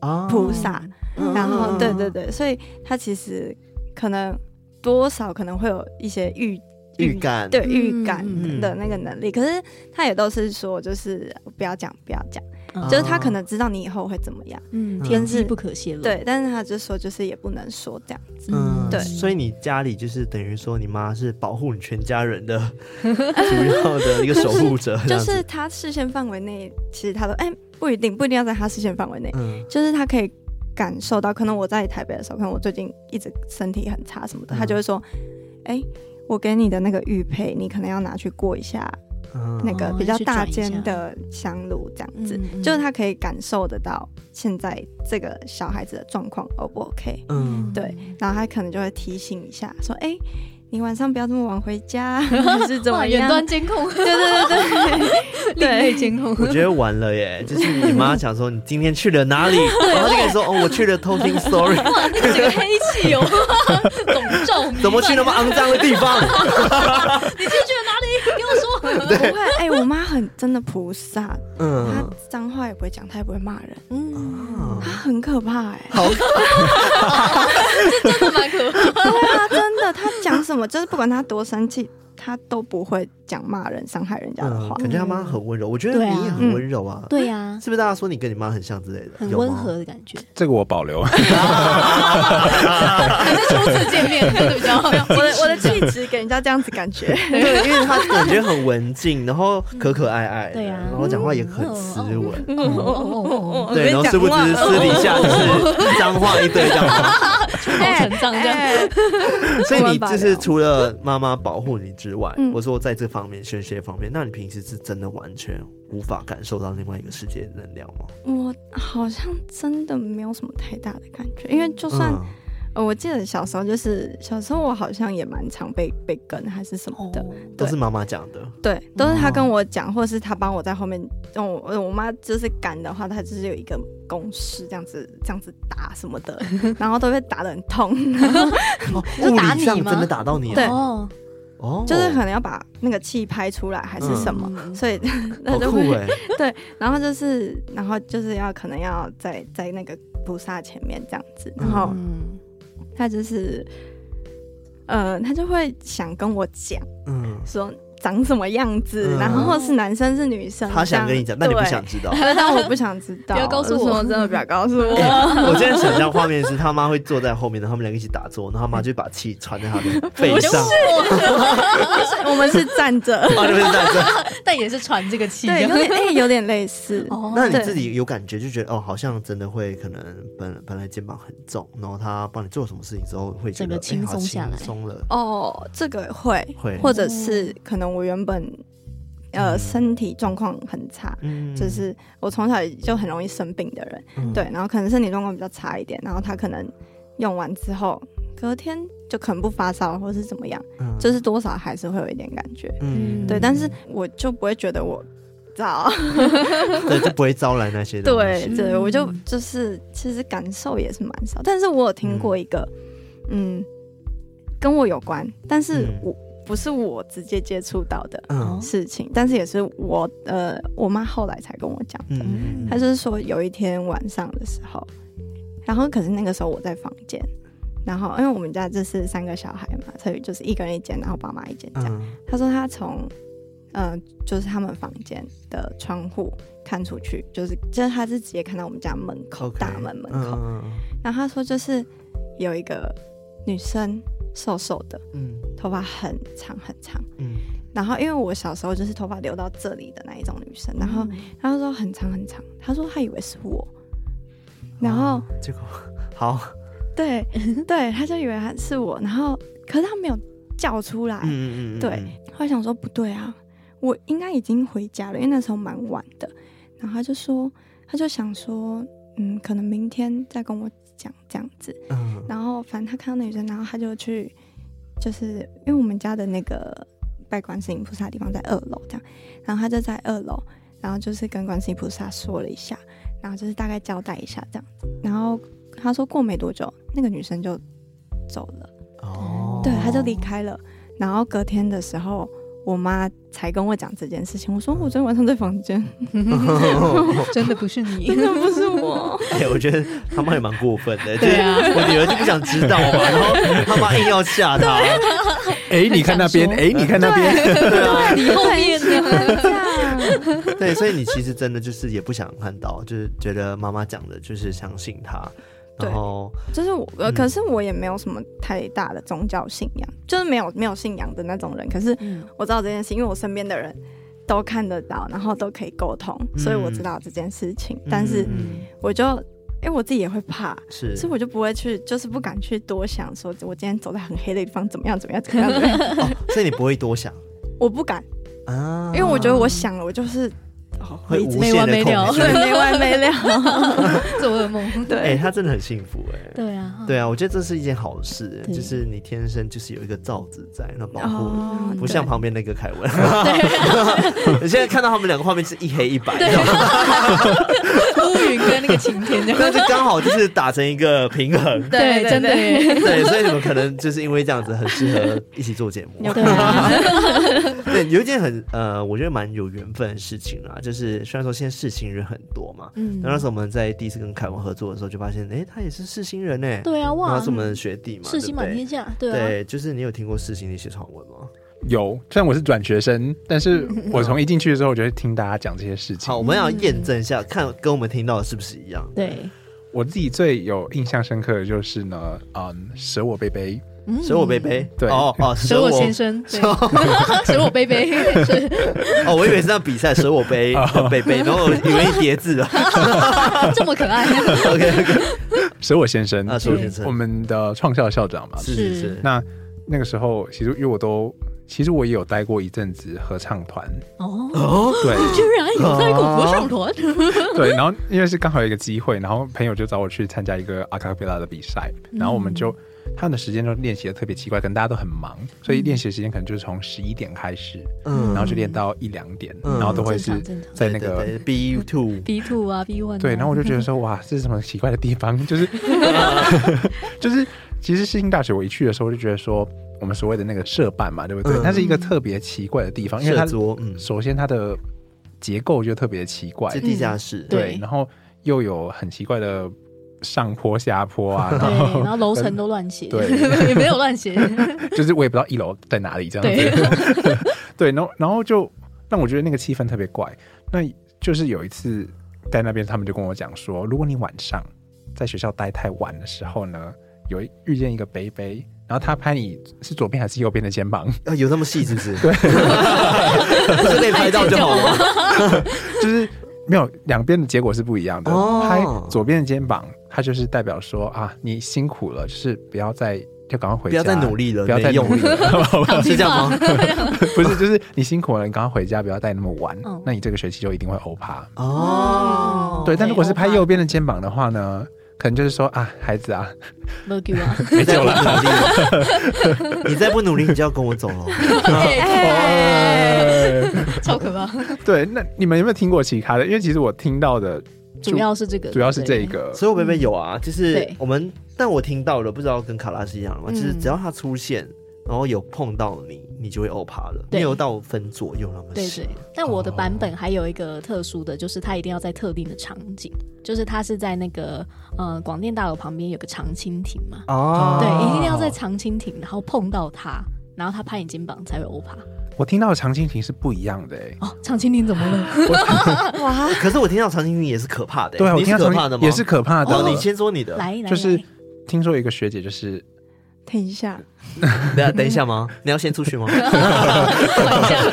Speaker 1: 啊
Speaker 4: 菩萨
Speaker 1: 嗯
Speaker 4: 然后对
Speaker 1: 嗯
Speaker 4: 对对，所以它其实可能多少可能会有一些预
Speaker 1: 预感，
Speaker 4: 对
Speaker 2: 嗯
Speaker 4: 预感
Speaker 1: 嗯
Speaker 4: 的那个能力，可是他也都是说就是不要讲不要讲，
Speaker 1: 啊
Speaker 2: 嗯
Speaker 4: 就是他可能知道你以后会怎么样，
Speaker 2: 嗯，
Speaker 1: 嗯
Speaker 2: 天
Speaker 4: 但
Speaker 2: 机
Speaker 4: 是
Speaker 2: 不可泄露。
Speaker 4: 对，但是他就说就是也不能说这样，
Speaker 1: 嗯，
Speaker 4: 对
Speaker 1: 所以你家里就是等于说，你妈是保护你全家人 的主要的一个守护者，这
Speaker 4: 就
Speaker 1: 样子
Speaker 4: 是他视线范围内，其实他都哎、不一定不一定要在他视线范围内，
Speaker 1: 嗯，
Speaker 4: 就是他可以感受到，可能我在台北的时候，可能我最近一直身体很差什么的，
Speaker 1: 嗯
Speaker 4: 他就会说，哎、我给你的那个玉佩，你可能要拿去过一下
Speaker 1: 嗯
Speaker 4: 那个
Speaker 2: 哦
Speaker 4: 比较
Speaker 2: 去
Speaker 4: 大
Speaker 2: 转一下
Speaker 4: 间的香炉，这样子，
Speaker 2: 嗯嗯
Speaker 4: 就是他可以感受得到现在这个小孩子的状况 O 不 OK，
Speaker 1: 嗯，
Speaker 4: 对，然后他可能就会提醒一下，说，哎、你晚上不要这么晚回 家，还是怎么
Speaker 2: 哇远
Speaker 4: 样？
Speaker 2: 端监控，
Speaker 4: 对对对对，
Speaker 2: 另类监控。
Speaker 1: 我觉得完了 耶，就是你妈想说你今天去了哪里，然后就跟你说哦，我去了偷听，sorry，
Speaker 2: 哇，那个整个黑气哦，笼罩弥漫
Speaker 1: 怎么去那么肮脏的地 方？
Speaker 2: 你进去了哪里？给我说。
Speaker 4: 不会，哎、我妈很真的菩萨，她
Speaker 1: 嗯，啊
Speaker 4: 脏话也不会讲，她也不会骂人，
Speaker 2: 嗯，
Speaker 4: 她很可怕哎、
Speaker 1: 好，
Speaker 2: 真的蛮可怕。
Speaker 4: 对啊，真的，她讲什么，就是不管她多生气，她都不会讲骂人、伤害人家的
Speaker 1: 嗯
Speaker 4: 话，。
Speaker 1: 感觉他妈很温柔，我觉得
Speaker 2: 对
Speaker 1: 你
Speaker 2: 啊
Speaker 1: 也很温柔啊，
Speaker 2: 对呀，
Speaker 1: 是不是？大家说你跟你妈很像之类的，
Speaker 2: 很
Speaker 1: 有吗
Speaker 2: 温和。的感觉，
Speaker 3: 这个我保留。
Speaker 2: 还是初次见面看着比较好。
Speaker 4: 我的我的气质给人家这样子感 觉，
Speaker 1: 对，因为她感觉很文静，然后可可爱爱的，
Speaker 2: 嗯对啊嗯
Speaker 1: 然后讲话也很斯文，
Speaker 2: 哦，
Speaker 1: 嗯对，然后殊不知私底下就是脏话一堆这样子。
Speaker 2: 出口成章这样。
Speaker 4: 哎
Speaker 1: 所以你就是除了妈妈保护你之外，
Speaker 4: 嗯
Speaker 1: 我说在这方面宣泄方面，那你平时是真的完全无法感受到另外一个世界的能量吗？
Speaker 4: 我好像真的没有什么太大的感觉，因为就算、
Speaker 1: 嗯
Speaker 4: 呃我记得小时候就是小时候我好像也蛮常被被跟还是什么的，
Speaker 2: 哦
Speaker 1: 都是妈妈讲的，
Speaker 4: 对，都是他跟我讲，或者是他帮我在后面，用我我妈就是赶的话，她就是有一个公式这样子这样子打什么的，然后都被打得很痛，
Speaker 1: 哦
Speaker 2: 就
Speaker 1: 物
Speaker 2: 打
Speaker 1: 理
Speaker 2: 你
Speaker 1: 上
Speaker 2: 吗
Speaker 1: 真的打到你啊，
Speaker 4: 对
Speaker 2: 哦，
Speaker 1: 哦，
Speaker 4: 就是可能要把那个气拍出来还是什么，
Speaker 2: 嗯
Speaker 4: 所以 那
Speaker 1: 好
Speaker 4: 就
Speaker 1: 酷
Speaker 4: 会，
Speaker 1: 哎，
Speaker 4: 然后就是然后就是要可能要在在那个菩萨前面这样子，然后
Speaker 2: 嗯，
Speaker 4: 他就是，呃，他就会想跟我讲
Speaker 1: 嗯，
Speaker 4: 说长什么样子，
Speaker 1: 嗯
Speaker 4: 然后是男生是女生，
Speaker 1: 他想跟你讲，那你不
Speaker 4: 这
Speaker 1: 想
Speaker 4: 样。
Speaker 1: 知道？
Speaker 4: 对但我不想知道，
Speaker 2: 不要告诉我
Speaker 4: 就说真的不要告诉
Speaker 1: 哎
Speaker 4: 我。
Speaker 1: 我现在想象画面是他妈会坐在后面，然后他们两个一起打坐，然后他妈就把气传在他的背 上，
Speaker 4: 我们是站 着，
Speaker 1: 哦，你们是这样子。
Speaker 2: 但也是传这个气。
Speaker 4: 对，有点哎，有点类 似。
Speaker 2: 哦，
Speaker 1: 那你
Speaker 4: 对
Speaker 1: 自己有感觉就觉得哦，好像真的会可能本本来肩膀很重，然后他帮你做什么事情之后会觉
Speaker 2: 整
Speaker 1: 得
Speaker 2: 个
Speaker 1: 哎
Speaker 2: 轻
Speaker 1: 好
Speaker 2: 松下来
Speaker 1: 轻松了。
Speaker 4: 哦，这个会，
Speaker 1: 会
Speaker 4: 或者是可能我原本呃
Speaker 1: 嗯
Speaker 4: 身体状况很差，
Speaker 1: 嗯
Speaker 4: 就是我从小就很容易生病的人，
Speaker 1: 嗯
Speaker 4: 对，然后可能身体状况比较差一点，然后他可能用完之后，隔天就可能不发烧或是怎么样，
Speaker 1: 嗯
Speaker 4: 就是多少还是会有一点感觉，
Speaker 1: 嗯
Speaker 4: 对，
Speaker 2: 嗯
Speaker 4: 但是我就不会觉得我早，
Speaker 1: 对，就不会招来那些东
Speaker 4: 对
Speaker 1: 西。
Speaker 4: 对，我就
Speaker 2: 嗯
Speaker 4: 就是其实感受也是蛮少，但是我有听过一个，嗯跟我有关，但是
Speaker 1: 嗯
Speaker 4: 我、不是我直接接触到的
Speaker 1: 嗯
Speaker 4: 事情，但是也是我呃我妈后来才跟我讲的，
Speaker 1: 嗯，
Speaker 4: 他就是说有一天晚上的时候，然后可是那个时候我在房间，然后因为我们家就是三个小孩嘛，所以就是一个人一间，然后爸妈一间这样。
Speaker 1: 嗯，
Speaker 4: 他说他从，嗯、就是他们房间的窗户看出去，就是就是他是直接看到我们家门口
Speaker 1: OK，
Speaker 4: 大门门
Speaker 1: 嗯
Speaker 4: 口。然后他说就是有一个女生瘦瘦的，
Speaker 1: 嗯
Speaker 4: 头发很长很长。
Speaker 1: 嗯
Speaker 4: 然后因为我小时候就是头发留到这里的那一种女生，然后
Speaker 2: 嗯
Speaker 4: 他就说很长很长，他说他以为是我，然后
Speaker 1: 哦结果好，
Speaker 4: 对对，他就以为他是我，然后可是他没有叫出来，
Speaker 1: 嗯嗯嗯，
Speaker 4: 对后来想说不对啊，我应该已经回家了，因为那时候蛮晚的。然后他就说，他就想说，嗯，可能明天再跟我讲这样子。
Speaker 1: 嗯，嗯
Speaker 4: 然后反正他看到那女生，然后他就去，就是因为我们家的那个拜观世音菩萨的地方在二楼这样，然后他就在二楼，然后就是跟观世音菩萨说了一下，然后就是大概交代一下这样子。然后他说过没多久，那个女生就走了。
Speaker 1: 哦，
Speaker 4: 对，啊他就离开了。然后隔天的时候，我妈才跟我讲这件事情。我说我昨天晚上在房间，
Speaker 2: 真的不是你，
Speaker 4: 真的不 是我。
Speaker 1: 哎，我觉得他妈也蛮过分 的，
Speaker 2: 对啊
Speaker 1: 就是我女儿就不想知道嘛，然后他妈硬要吓她，
Speaker 4: 啊
Speaker 3: 哎，你看那边，
Speaker 2: 很
Speaker 3: 哎，你看那边，
Speaker 2: 你后面 呢？
Speaker 4: 这样，
Speaker 1: 对，所以你其实真的就是也不想看到，就是觉得妈妈讲的就是相信她，然
Speaker 4: 对
Speaker 1: 后
Speaker 4: 就是我、呃
Speaker 1: 嗯
Speaker 4: 可是我也没有什么太大的宗教信仰，就是没有没有信仰的那种人。可是
Speaker 2: 嗯
Speaker 4: 我知道这件事，因为我身边的人都看得到，然后都可以沟通，所以我知道这件事情。但是
Speaker 1: 嗯
Speaker 4: 我就，因为我自己也会怕，
Speaker 1: 是
Speaker 4: 所以我就不会去，就是不敢去多想，说我今天走在很黑的地方怎么样怎么样怎么样怎么样，
Speaker 1: 哦，所以你不会多 想
Speaker 4: 我不敢。
Speaker 1: 啊，
Speaker 4: 因为我觉得我想了，我就是哦
Speaker 1: 会
Speaker 4: 一直
Speaker 1: 无限的
Speaker 2: 没完没了
Speaker 1: 恐惧
Speaker 4: 对。没 完没了。
Speaker 2: 做噩梦。
Speaker 1: 哎、
Speaker 4: 对，
Speaker 1: 她真的很幸福哎、
Speaker 2: 对啊，
Speaker 1: 对啊，我觉得这是一件好事，
Speaker 2: 对
Speaker 1: 就是你天生就是有一个罩子在，那保护你，
Speaker 4: 哦
Speaker 1: 不像旁边那个凯 文。 你现在看到他们两个画面是一黑一白，你知道吗
Speaker 2: 乌云跟那个晴天这
Speaker 1: 但
Speaker 2: 样。
Speaker 1: 是刚好就是打成一个平 衡。
Speaker 4: 对对
Speaker 2: 真的耶，
Speaker 1: 对，所以你们可能就是因为这样子，很适合一起做节目。
Speaker 4: 有
Speaker 2: 对啊，
Speaker 1: 对，有一件很呃，我觉得蛮有缘分的事情啦，就是虽然说现在事情人很多嘛，
Speaker 2: 嗯
Speaker 1: 那那时候我们在第一次跟凯文合作的时候，就发现，哎、他也是世新人呢、
Speaker 2: 对啊，
Speaker 1: 然
Speaker 2: 哇，
Speaker 1: 后是我们的学弟嘛，
Speaker 2: 世新满
Speaker 1: 对
Speaker 2: 天下，
Speaker 1: 不
Speaker 2: 对
Speaker 1: 对，
Speaker 2: 啊，
Speaker 1: 对，就是你有听过世新的一些传闻吗？
Speaker 3: 有。虽然我是转学生，但是我从一进去的时候，我就会听大家讲这些事情
Speaker 1: 好，。我们要验证一下，看跟我们听到的是不是一样。
Speaker 2: 对，
Speaker 3: 我自己最有印象深刻的就是呢，嗯，舍我贝贝，
Speaker 2: 嗯
Speaker 1: 舍我贝，贝，
Speaker 3: 对
Speaker 1: 哦哦，
Speaker 2: 舍
Speaker 1: 舍
Speaker 2: 我
Speaker 1: 我
Speaker 2: 先生，对
Speaker 1: 舍我
Speaker 2: 舍我贝贝，是
Speaker 1: 哦，我以为是那比赛舍我杯的贝贝，然后我以为你叠字 了。
Speaker 2: 这么可爱，
Speaker 1: OK OK，
Speaker 3: 舍我先生
Speaker 1: 啊，舍我先生
Speaker 3: 我，们的创校校长 嘛。
Speaker 1: 是是是，
Speaker 3: 那那个时候，其实因为我都，其实我也有待过一阵子合唱团，
Speaker 2: 哦，
Speaker 1: 哦，
Speaker 3: 对
Speaker 2: 居然有在广播上团，
Speaker 3: 对。然后因为是刚好有一个机会，然后朋友就找我去参加一个阿卡贝拉的比赛，然后我们就。他们的时间都练习的特别奇怪，可能大家都很忙，所以练习的时间可能就是从十一点开始，
Speaker 1: 嗯
Speaker 3: 然后就练到一两点，
Speaker 1: 嗯
Speaker 3: 然后都会是
Speaker 2: 正常正
Speaker 1: 哦
Speaker 2: 常
Speaker 3: 在那个
Speaker 1: B two，
Speaker 2: B two 啊，B one，
Speaker 3: 对，然后我就觉得说，哇，这是什么奇怪的地方？就是， 就是，其实世新大学我一去的时候，我就觉得说，我们所谓的那个社办嘛，对不对？
Speaker 1: 嗯
Speaker 3: 它是一个特别奇怪的地方，因为它
Speaker 1: 社桌，嗯，
Speaker 3: 首先它的结构就特别奇怪
Speaker 1: 是，地下室，
Speaker 2: 对
Speaker 3: 然后又有很奇怪的上坡下 坡啊，
Speaker 2: 对，
Speaker 3: 然后
Speaker 2: 然后楼层都乱写，
Speaker 3: 对
Speaker 2: 也没有乱写，
Speaker 3: 就是我也不知道一楼在哪里这样
Speaker 2: 对
Speaker 3: 子，对，然后然后就让我觉得那个气氛特别怪。那就是有一次在那边，他们就跟我讲说，如果你晚上在学校待太晚的时候呢，有一遇见一个北北，然后他拍你是左边还是右边的肩膀，
Speaker 1: 啊，有那么细是不是？ 对，不是可以拍到就好了 吗。
Speaker 3: 就是没有两边的结果是不一样的。
Speaker 1: 哦
Speaker 3: 拍左边的肩膀，它就是代表说啊，你辛苦了，就是不要再。就赶快回
Speaker 1: 不
Speaker 3: 家，
Speaker 1: 要再努力了，
Speaker 3: 不要再
Speaker 1: 没用
Speaker 3: 努力
Speaker 1: 力 了，
Speaker 2: 躺
Speaker 1: 是
Speaker 2: 平
Speaker 1: 这样
Speaker 2: 吧
Speaker 1: 吗？
Speaker 3: 不是，就是你辛苦了，你赶快回家，不要带那么晚。
Speaker 2: 嗯
Speaker 3: 那你这个学期就一定会欧趴。
Speaker 1: 哦，
Speaker 3: 对，但如果是拍
Speaker 2: 欧趴
Speaker 3: 右边的肩膀的话呢，可能就是说啊，孩子 啊，
Speaker 2: 没 救啊，
Speaker 1: 没救了，努力了。 你再不努力，你就要跟我走 了。
Speaker 2: 哎 超可怕，
Speaker 3: 对，那你们有没有听过其他的？因为其实我听到的
Speaker 2: 主要是这个，
Speaker 3: 主要是这
Speaker 2: 对，
Speaker 3: 个，
Speaker 1: 所以我贝贝有啊，就是
Speaker 2: 对
Speaker 1: 我们，但我听到了，不知道跟卡拉是一样的吗？就是
Speaker 2: 嗯
Speaker 1: 只要他出现，然后有碰到你，你就会欧趴了，
Speaker 2: 对
Speaker 1: 没有到分左右那么
Speaker 2: 对
Speaker 1: 细
Speaker 2: 对，但我的版
Speaker 3: 哦
Speaker 2: 本还有一个特殊的，就是它一定要在特定的场景，就是它是在那个呃广电大楼旁边有个长青亭嘛，
Speaker 3: 哦
Speaker 1: 啊，
Speaker 2: 对，一定要在长青亭，然后碰到它，然后它拍你肩膀才会欧趴。
Speaker 3: 我听到的长青亭是不一样的、欸，
Speaker 2: 哦，长青亭怎么了？
Speaker 4: 哇，
Speaker 1: 可是我听到长青云也是可怕的、欸，
Speaker 3: 对啊，我
Speaker 1: 你
Speaker 3: 听
Speaker 1: 是
Speaker 3: 到
Speaker 1: 可
Speaker 3: 长
Speaker 1: 怕的
Speaker 3: 青
Speaker 1: 吗？
Speaker 3: 也是可怕的。
Speaker 1: 哦，你先说你的，
Speaker 2: 来来来，
Speaker 3: 就是听说有一个学姐就是
Speaker 4: 等一下，
Speaker 1: 等一下等一下吗？你要先出 去吗？
Speaker 2: 等一下，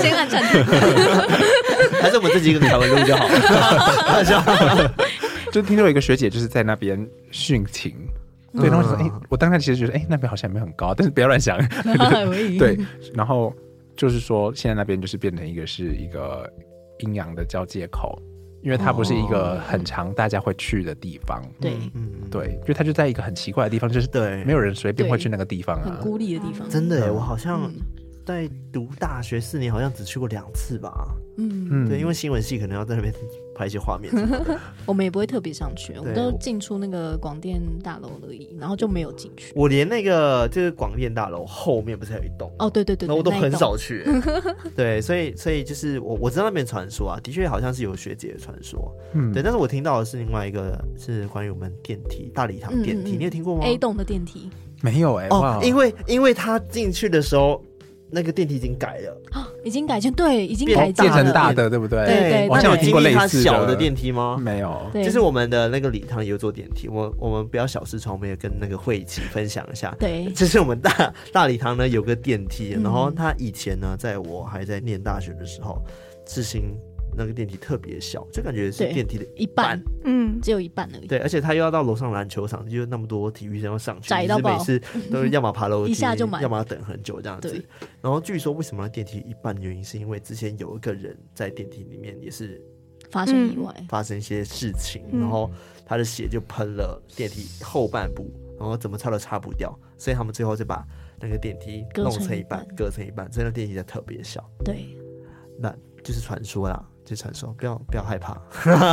Speaker 2: 先按暂 停。
Speaker 1: 还是我们这几个凯文录 就好了？开玩笑
Speaker 3: 就听说有一个学姐就是在那边殉情，对，然后我就说，
Speaker 1: 嗯
Speaker 3: 哎、我当时其实觉得，哎、那边好像也没有很高，但是不要乱想，
Speaker 2: 我以为
Speaker 3: 对，然后就是说，现在那边就是变成一个是一个阴阳的交界口，因为它不是一个很常大家会去的地方，
Speaker 2: 对，
Speaker 1: 嗯，
Speaker 3: 对，因为它就在一个很奇怪的地方，就是
Speaker 1: 对
Speaker 3: 没有人随便会去那个地方
Speaker 2: 很
Speaker 3: 啊。
Speaker 2: 孤立的地方。
Speaker 1: 真的、欸，
Speaker 3: 嗯
Speaker 1: 我好像
Speaker 2: 嗯
Speaker 1: 在读大学四年，好像只去过两次吧。
Speaker 2: 嗯，
Speaker 3: 嗯
Speaker 1: 对，因为新闻系可能要在那边拍一些画面 什么的。
Speaker 2: 我们也不会特别上去，我们
Speaker 1: 对
Speaker 2: 都
Speaker 1: 我
Speaker 2: 进出那个广电大楼而已，然后就没有进去。
Speaker 1: 我连那个就是广电大楼后面不是还有一栋，
Speaker 2: 哦，对对对，
Speaker 1: 那
Speaker 2: 对
Speaker 1: 我都
Speaker 2: 那一
Speaker 1: 很
Speaker 2: 栋
Speaker 1: 少去欸。 对，所以所以就是我我知道那边传说啊，的确好像是有学姐的传说。
Speaker 3: 嗯
Speaker 1: 对，但是我听到的是另外一个是关于我们电梯大礼堂
Speaker 2: 嗯
Speaker 1: 电梯，
Speaker 2: 嗯嗯
Speaker 1: 你有听过吗
Speaker 2: A 栋的电梯
Speaker 3: 没有哎、哇
Speaker 1: 哦，，因为因为他进去的时候，那个电梯已经改了，
Speaker 2: 啊，已经改建，对，已经
Speaker 1: 变
Speaker 2: 改
Speaker 3: 哦变
Speaker 2: 建
Speaker 3: 成
Speaker 2: 了。
Speaker 3: 大的，对不对？
Speaker 2: 对对
Speaker 3: 我
Speaker 1: 那
Speaker 3: 好
Speaker 1: 你
Speaker 3: 像有
Speaker 1: 有
Speaker 3: 听
Speaker 1: 经
Speaker 3: 过
Speaker 1: 历
Speaker 3: 类
Speaker 1: 它
Speaker 3: 似
Speaker 1: 小的电梯吗？
Speaker 3: 没有，
Speaker 2: 对，
Speaker 1: 就是我们的那个礼堂也有做电梯，我我们不要小视窗，我们也跟那个会一起分享一下。
Speaker 2: 对
Speaker 1: 这是我们大大礼堂呢有个电梯，
Speaker 2: 嗯
Speaker 1: 然后它以前呢，在我还在念大学的时候，世新那个电梯特别小，就感觉是
Speaker 2: 对
Speaker 1: 电梯的
Speaker 2: 一半
Speaker 1: 半，
Speaker 4: 嗯，
Speaker 2: 只有一半而已，
Speaker 1: 对，而且它又要到楼上篮球场，就那么多体育生要上去，
Speaker 2: 窄
Speaker 1: 你
Speaker 2: 到
Speaker 1: 是每
Speaker 2: 爆
Speaker 1: 次都是要么爬楼梯，
Speaker 2: 一下就满
Speaker 1: 要么等很久这样子
Speaker 2: 对。
Speaker 1: 然后据说为什么电梯一半原因是因为之前有一个人在电梯里面也是
Speaker 2: 发生意外。
Speaker 1: 发生一些事情，
Speaker 4: 嗯
Speaker 1: 然后他的血就喷了电梯后半部，然后怎么擦都擦不掉，所以他们最后就把那个电梯
Speaker 2: 割
Speaker 1: 弄
Speaker 2: 成
Speaker 1: 成
Speaker 2: 一
Speaker 1: 一半，
Speaker 2: 半
Speaker 1: 割成一半，所以那电梯才特别小。
Speaker 3: 嗯
Speaker 2: 对，
Speaker 1: 那就是传说啦，就是传说，不要不要害怕。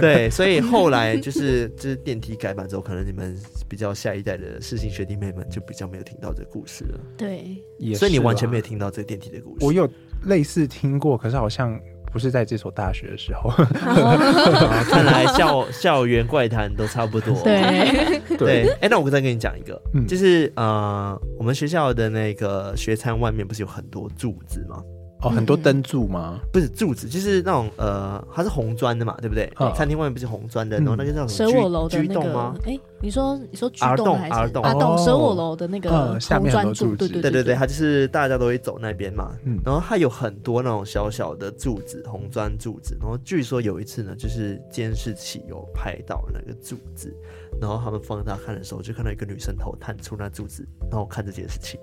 Speaker 1: 对，所以后来就是 就是电梯改版之后，可能你们比较下一代的世新学弟妹们就比较没有听到这个故事了，
Speaker 2: 对，
Speaker 3: 也
Speaker 1: 所以你
Speaker 3: 是
Speaker 1: 完全
Speaker 3: 啦
Speaker 1: 没有听到这个电梯的故事。
Speaker 3: 我有类似听过，可是好像不是在这所大学的时候。
Speaker 1: 啊 看来校校园怪谈都差不多。
Speaker 2: 对，
Speaker 1: 对，哎、那我再跟你讲一个，
Speaker 3: 嗯
Speaker 1: 就是呃，我们学校的那个学餐外面不是有很多柱子吗？
Speaker 3: 哦，很多灯柱吗？
Speaker 1: 不是柱子，就是那种呃，它是红砖的嘛，对不对？
Speaker 3: 嗯
Speaker 1: 餐厅外面不是红砖的，然后那个叫什
Speaker 2: 舍
Speaker 1: 么居？
Speaker 2: 我楼的
Speaker 1: 居
Speaker 2: 那
Speaker 1: 栋吗
Speaker 2: 个？，哎，你说你说居
Speaker 1: R
Speaker 2: 栋
Speaker 1: 栋
Speaker 2: 还是
Speaker 1: R 栋
Speaker 2: 阿栋
Speaker 3: 哦
Speaker 2: 舍我楼的那个
Speaker 3: 嗯下
Speaker 2: 红
Speaker 3: 面很
Speaker 2: 砖
Speaker 3: 多
Speaker 2: 柱？
Speaker 3: 柱
Speaker 2: 对
Speaker 3: 子
Speaker 1: 对
Speaker 2: 对
Speaker 1: 对对，，它就是大家都会走那边嘛。
Speaker 3: 嗯
Speaker 1: 然后它有很多那种小小的柱子，红砖柱子。然后据说有一次呢，就是监视器有拍到那个柱子，然后他们放大看的时候，就看到一个女生头探出那柱子，然后看着监视器。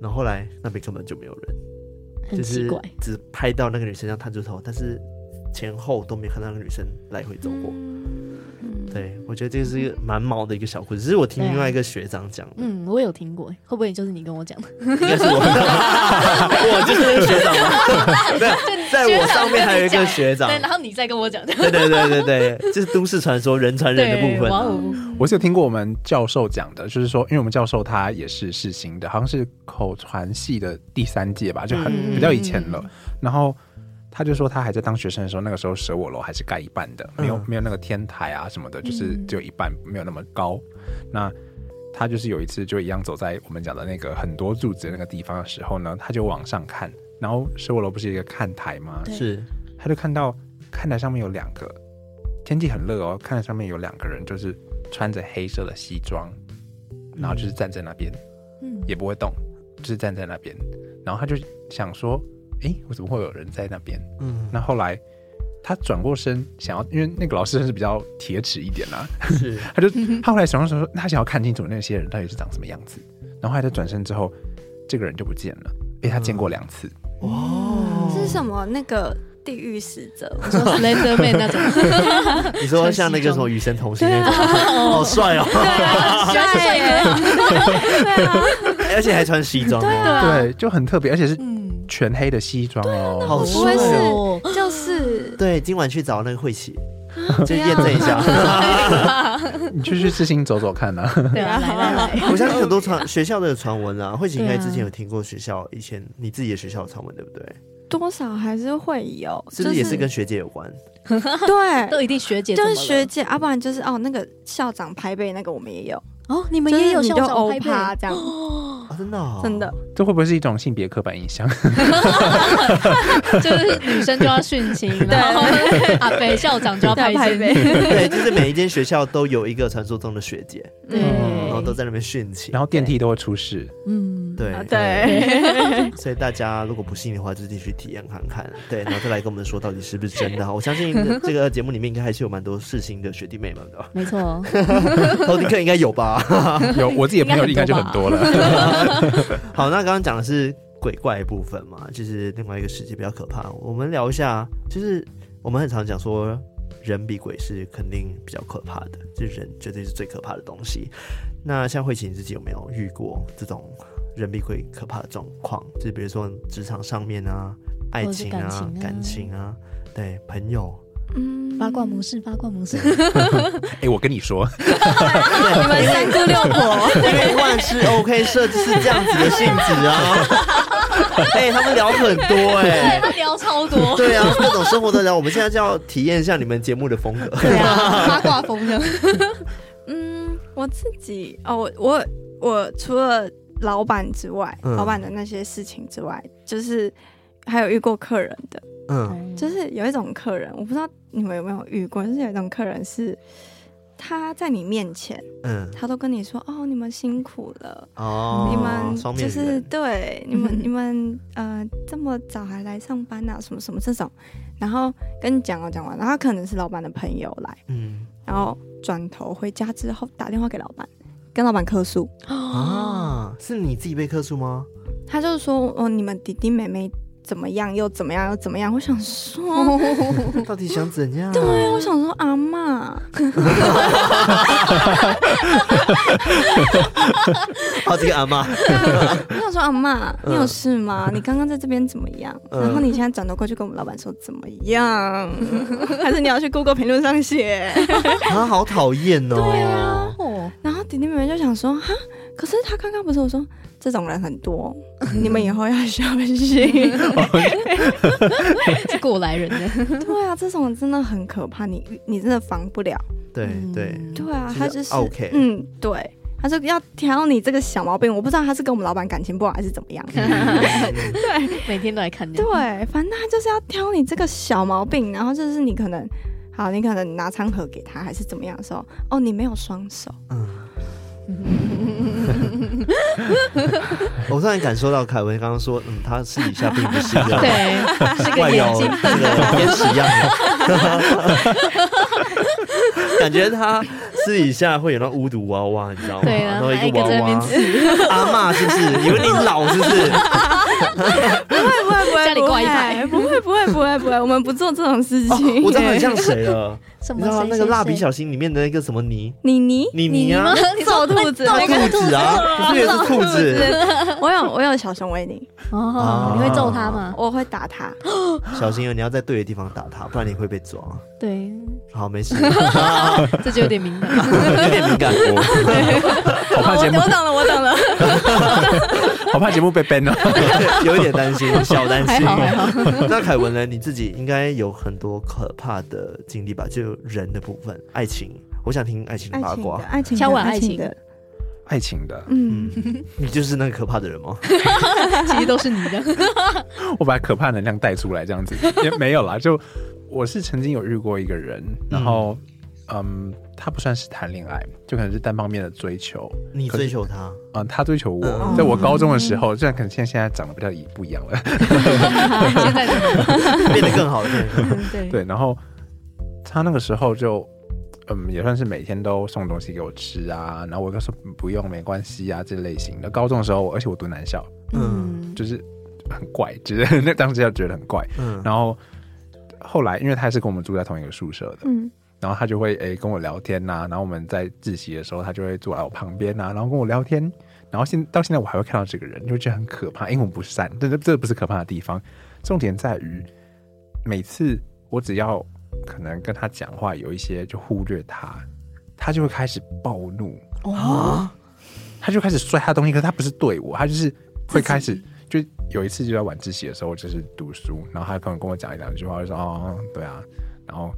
Speaker 1: 然后后来那边根本就没有人。
Speaker 2: 很奇怪。
Speaker 1: 只拍到那个女生这样探出头，但是前后都没有看到那个女生来回走过。
Speaker 2: 嗯
Speaker 1: 对，我觉得这个是一个蛮毛的一个小故事，这是我听
Speaker 2: 对啊
Speaker 1: 另外一个学长讲的，
Speaker 2: 嗯，我有听过，会不会就是你跟我讲的？
Speaker 1: 应该是我， 我就是那个学长嘛。对，在我上面还有一个学长
Speaker 2: 对，，然后你再跟我 讲的。
Speaker 1: 对对对对对， 就是都市传说人传人的部分
Speaker 2: 哇
Speaker 1: 啊。
Speaker 2: 哦，
Speaker 3: 我是有听过我们教授讲的，就是说，因为我们教授他也是世新的，好像是口传系的第三届吧，就很、
Speaker 1: 嗯
Speaker 3: 比较以前了。然后他就说他还在当学生的时候，那个时候舍我楼还是盖一半的，没有、
Speaker 1: 嗯
Speaker 3: 没有那个天台啊什么的，就是
Speaker 2: 嗯
Speaker 3: 只有一半，没有那么高。那他就是有一次就一样走在我们讲的那个很多柱子的那个地方的时候呢，他就往上看，然后舍我楼不是一个看台吗？
Speaker 2: 对
Speaker 1: 是，
Speaker 3: 他就看到看台上面有两个，天气很热哦，看台上面有两个人，就是穿着黑色的西装，然后就是站在那边，
Speaker 2: 嗯
Speaker 3: 也不会动，就是站在那边。然后他就想说，诶，我怎么会有人在那边？
Speaker 1: 嗯，
Speaker 3: 那后来他转过身，想要，因为那个老师是比较铁齿一点啦、啊
Speaker 1: 是，
Speaker 3: 他就他后来想说，他想要看清楚那些人到底是长什么样子。然后后来他转身之后，这个人就不见了，被他见过两次。
Speaker 1: 哦
Speaker 4: 是什么那个地狱使 者？
Speaker 2: 你说 Slender Man 那种，
Speaker 1: 你说像那个什么与神同行那种，好帅哦，
Speaker 2: 啊
Speaker 4: 啊
Speaker 2: 喜欢帅哥。
Speaker 1: 而且还穿西装哦，
Speaker 3: 对，啊就很特别，而且是
Speaker 2: 嗯，
Speaker 3: 全黑的西装哦。
Speaker 1: 好
Speaker 2: 不会
Speaker 1: 帅哦。
Speaker 2: 是
Speaker 4: 就是
Speaker 1: 对，今晚去找那个慧琪，就验证一下。
Speaker 3: 你就去世新走走看呐、啊。
Speaker 2: 对啊，来来来，
Speaker 1: 我相信很多传学校的传闻啊，慧姐应该之前有听过学校以前你自己的学校的传闻，对不对？
Speaker 4: 多少还是会有，
Speaker 1: 是不
Speaker 4: 就是
Speaker 1: 也是 跟学姐有关？
Speaker 4: 对，
Speaker 2: 都一定学姐
Speaker 4: 就
Speaker 2: 怎么
Speaker 4: 是
Speaker 2: 了，
Speaker 4: 学姐，要、不然就是哦，那个校长拍背那个我们也有，
Speaker 2: 哦，你们
Speaker 4: 就是
Speaker 2: 也有
Speaker 4: 你
Speaker 2: 校
Speaker 4: 就
Speaker 2: 长
Speaker 4: 欧
Speaker 2: 拍
Speaker 4: 趴
Speaker 2: 背，
Speaker 4: 这样，
Speaker 1: 啊，真的哦、
Speaker 4: 真的
Speaker 3: 这会不会是一种性别刻板印象？
Speaker 2: 就是女生就要殉 情，然后 阿北校长就要拍
Speaker 4: 对拍
Speaker 2: 背，
Speaker 4: 背，
Speaker 1: 对，就是每一间学校都有一个传说中的学姐，
Speaker 2: 对
Speaker 1: 然后都在那边殉情
Speaker 3: 嗯然。后电梯都会出事，
Speaker 2: 嗯，
Speaker 1: 对
Speaker 4: 啊，对，
Speaker 1: 所以大家如果不信的话，就自己去体验看看，对，然后再来跟我们说到底是不是真的。我相信这个节目里面应该还是有蛮多世新的学弟妹们 的吧，
Speaker 2: 没错，
Speaker 1: 头顶课应该有吧？
Speaker 3: 有我自己的朋友应该就很多了。
Speaker 1: 好，那刚刚讲的是鬼怪的部分嘛，就是另外一个世界比较可怕。我们聊一下，就是我们很常讲说，人比鬼是肯定比较可怕的，就是人绝对是最可怕的东西。那像慧琴自己有没有遇过这种人比鬼可怕的状况？就是比如说职场上面啊、爱
Speaker 2: 或者是
Speaker 1: 情
Speaker 2: 感
Speaker 1: 啊、
Speaker 2: 情啊
Speaker 1: 感情啊，对，朋友。
Speaker 4: 嗯
Speaker 2: 八卦模式，八卦模式，
Speaker 3: 哎、我跟你 说，
Speaker 4: 你们三姑六
Speaker 2: 哦
Speaker 4: 婆，
Speaker 1: 因为万事 OK 设计是这样子的性质 啊，哎、他们聊很多哎、
Speaker 2: 他聊超 多，
Speaker 1: 对啊，各种生活的聊，我们现在就要体验一下你们节目的风格。
Speaker 2: 对啊，八卦风的，
Speaker 4: 嗯，我自己哦，我我我除了老板之外，
Speaker 1: 嗯
Speaker 4: 老板的那些事情之外，就是还有遇过客人的， 哦
Speaker 1: 嗯，
Speaker 4: 就是有一种客人，我不知道你们有没有遇过，就是有一种客人是他在你面前，
Speaker 1: 嗯，
Speaker 4: 他都跟你说哦，你们辛苦了，
Speaker 1: 哦，
Speaker 4: 你们
Speaker 1: 双
Speaker 4: 就
Speaker 1: 面
Speaker 4: 是
Speaker 1: 人，
Speaker 4: 对 你们
Speaker 2: 嗯
Speaker 4: 你们呃这么早还来上班啊，什么什么这种，然后跟你讲哦讲完，然后他可能是老板的朋友来，
Speaker 1: 嗯
Speaker 4: 然后转头回家之后打电话给老板，跟老板客诉，
Speaker 2: 啊，
Speaker 1: 啊，是你自己被克数 吗？
Speaker 4: 他就是说哦你们弟弟妹妹怎么样又怎么样又怎么样，我想 说。
Speaker 1: 到底想怎样？
Speaker 2: 啊
Speaker 4: 对，我想说阿妈，
Speaker 1: 好，这个阿妈，
Speaker 4: 我想说阿妈，你有事吗？你刚刚在这边怎么样？
Speaker 1: 嗯
Speaker 4: 然后你现在转头过去跟我们老板说怎么样？ 还是你要去 Google 评论上写？
Speaker 1: 她好讨厌哦。
Speaker 2: 对啊，哦
Speaker 4: 然后弟弟妹妹就想说哈，可是他刚刚不是我说这种人很 多，你们以后要小心。
Speaker 2: 是过来人的，
Speaker 4: 对啊，这种真的很可怕，你你真的防不了。
Speaker 1: 对
Speaker 2: 嗯
Speaker 1: 对，
Speaker 4: 对啊，
Speaker 1: 是
Speaker 4: 他就是
Speaker 1: OK
Speaker 4: 嗯，对。他说要挑你这个小毛病，我不知道他是跟我们老板感情不好还是怎 么样。
Speaker 2: 每天都来看你，
Speaker 4: 对，反正他就是要挑你这个小毛病，然后就是你可能，好，你可能拿餐盒给他还是怎么样的时候，哦，你没有双 手，
Speaker 1: 嗯。我突然感受到凯文刚刚说，嗯，他私底下并不是这样，
Speaker 2: 对，是
Speaker 1: 外
Speaker 2: 个眼
Speaker 1: 有这
Speaker 2: 睛
Speaker 1: 个天使一样 的，感觉他私底下会有那巫毒娃娃，你知道吗？
Speaker 2: 对啊
Speaker 1: 然后一
Speaker 2: 还一
Speaker 1: 个
Speaker 2: 个
Speaker 1: 娃
Speaker 2: 在那边
Speaker 1: 娃，阿嬷是不是？以为你老是不 是？
Speaker 4: 不会不会不会，
Speaker 2: 家里挂一排
Speaker 4: 不会不会不会不会，我们不做这种事
Speaker 1: 哦
Speaker 4: 情。
Speaker 1: 我知道很像谁 了，
Speaker 2: 什
Speaker 1: 你
Speaker 2: 么
Speaker 1: 知道吗
Speaker 2: 谁
Speaker 1: 那个
Speaker 2: 谁
Speaker 1: 蜡笔
Speaker 2: 谁
Speaker 1: 小新里面的那个什么泥
Speaker 4: 妮妮，
Speaker 1: 妮妮啊，
Speaker 2: 你
Speaker 4: 揍兔子，
Speaker 2: 哎
Speaker 1: 那
Speaker 4: 那个
Speaker 1: 兔子啊，不是也是兔子？
Speaker 4: 我有我有小熊维尼，
Speaker 2: 哦，你会揍他吗？
Speaker 4: 我会打他。
Speaker 1: 小心啊，你要在对的地方打他，不然你会被抓。
Speaker 2: 对，
Speaker 1: 好，没 事，
Speaker 2: 这就有点敏 感。
Speaker 1: 有点敏感。哦
Speaker 3: 好怕节目，
Speaker 4: 懂了，我懂了。
Speaker 3: 好怕节目被 ban 哦了。
Speaker 1: 有一点担心，小担心。
Speaker 2: 还好还好
Speaker 1: 那凯文呢？你自己应该有很多可怕的经历吧？就人的部分，爱情，我想听爱情的
Speaker 4: 爱
Speaker 1: 八
Speaker 4: 情的
Speaker 1: 卦。
Speaker 4: 爱情的，
Speaker 2: 敲碗爱情
Speaker 4: 的，
Speaker 3: 爱情的，
Speaker 4: 嗯，
Speaker 1: 嗯，你就是那个可怕的人吗？
Speaker 2: 其实都是你的，
Speaker 3: 我把可怕能量带出来，这样子也没有啦。就我是曾经有遇过一个人，然后嗯他不算是谈恋爱，就可能是单方面的追求。
Speaker 1: 你
Speaker 3: 可是
Speaker 1: 追求 他，
Speaker 3: 嗯，他追求我，
Speaker 1: 嗯
Speaker 3: 在我高中的时候，虽然可能现在现在长得比较一不一样了，
Speaker 2: 现在的
Speaker 1: 变得更好，变得
Speaker 4: 嗯
Speaker 1: 更好。
Speaker 2: 对
Speaker 3: 对，然后他那个时候就，嗯，也算是每天都送东西给我吃啊，然后我就说不用，没关系啊，这类型的。高中的时候，而且我读男校，
Speaker 2: 嗯，
Speaker 3: 就是很怪，只是 那当时要觉得很怪。
Speaker 1: 嗯，
Speaker 3: 然后后来，因为他也是跟我们住在同一个宿舍的，
Speaker 4: 嗯，
Speaker 3: 然后他就会诶、跟我聊天呐、然后我们在自习的时候，他就会坐在我旁边呐、然后跟我聊天。然后现到现在我还会看到这个人，就会觉得很可怕，阴魂不散。但这这不是可怕的地方，重点在于每次我只要可能跟他讲话有一些就忽略他，他就会开始暴怒，
Speaker 2: 哦，
Speaker 3: 他就开始摔他东西，可是他不是对我，他就是会开
Speaker 2: 自
Speaker 3: 始就有一次就在晚自习的时候，我就是读书，然后他可能跟我讲一两句话，我就说哦对啊，然后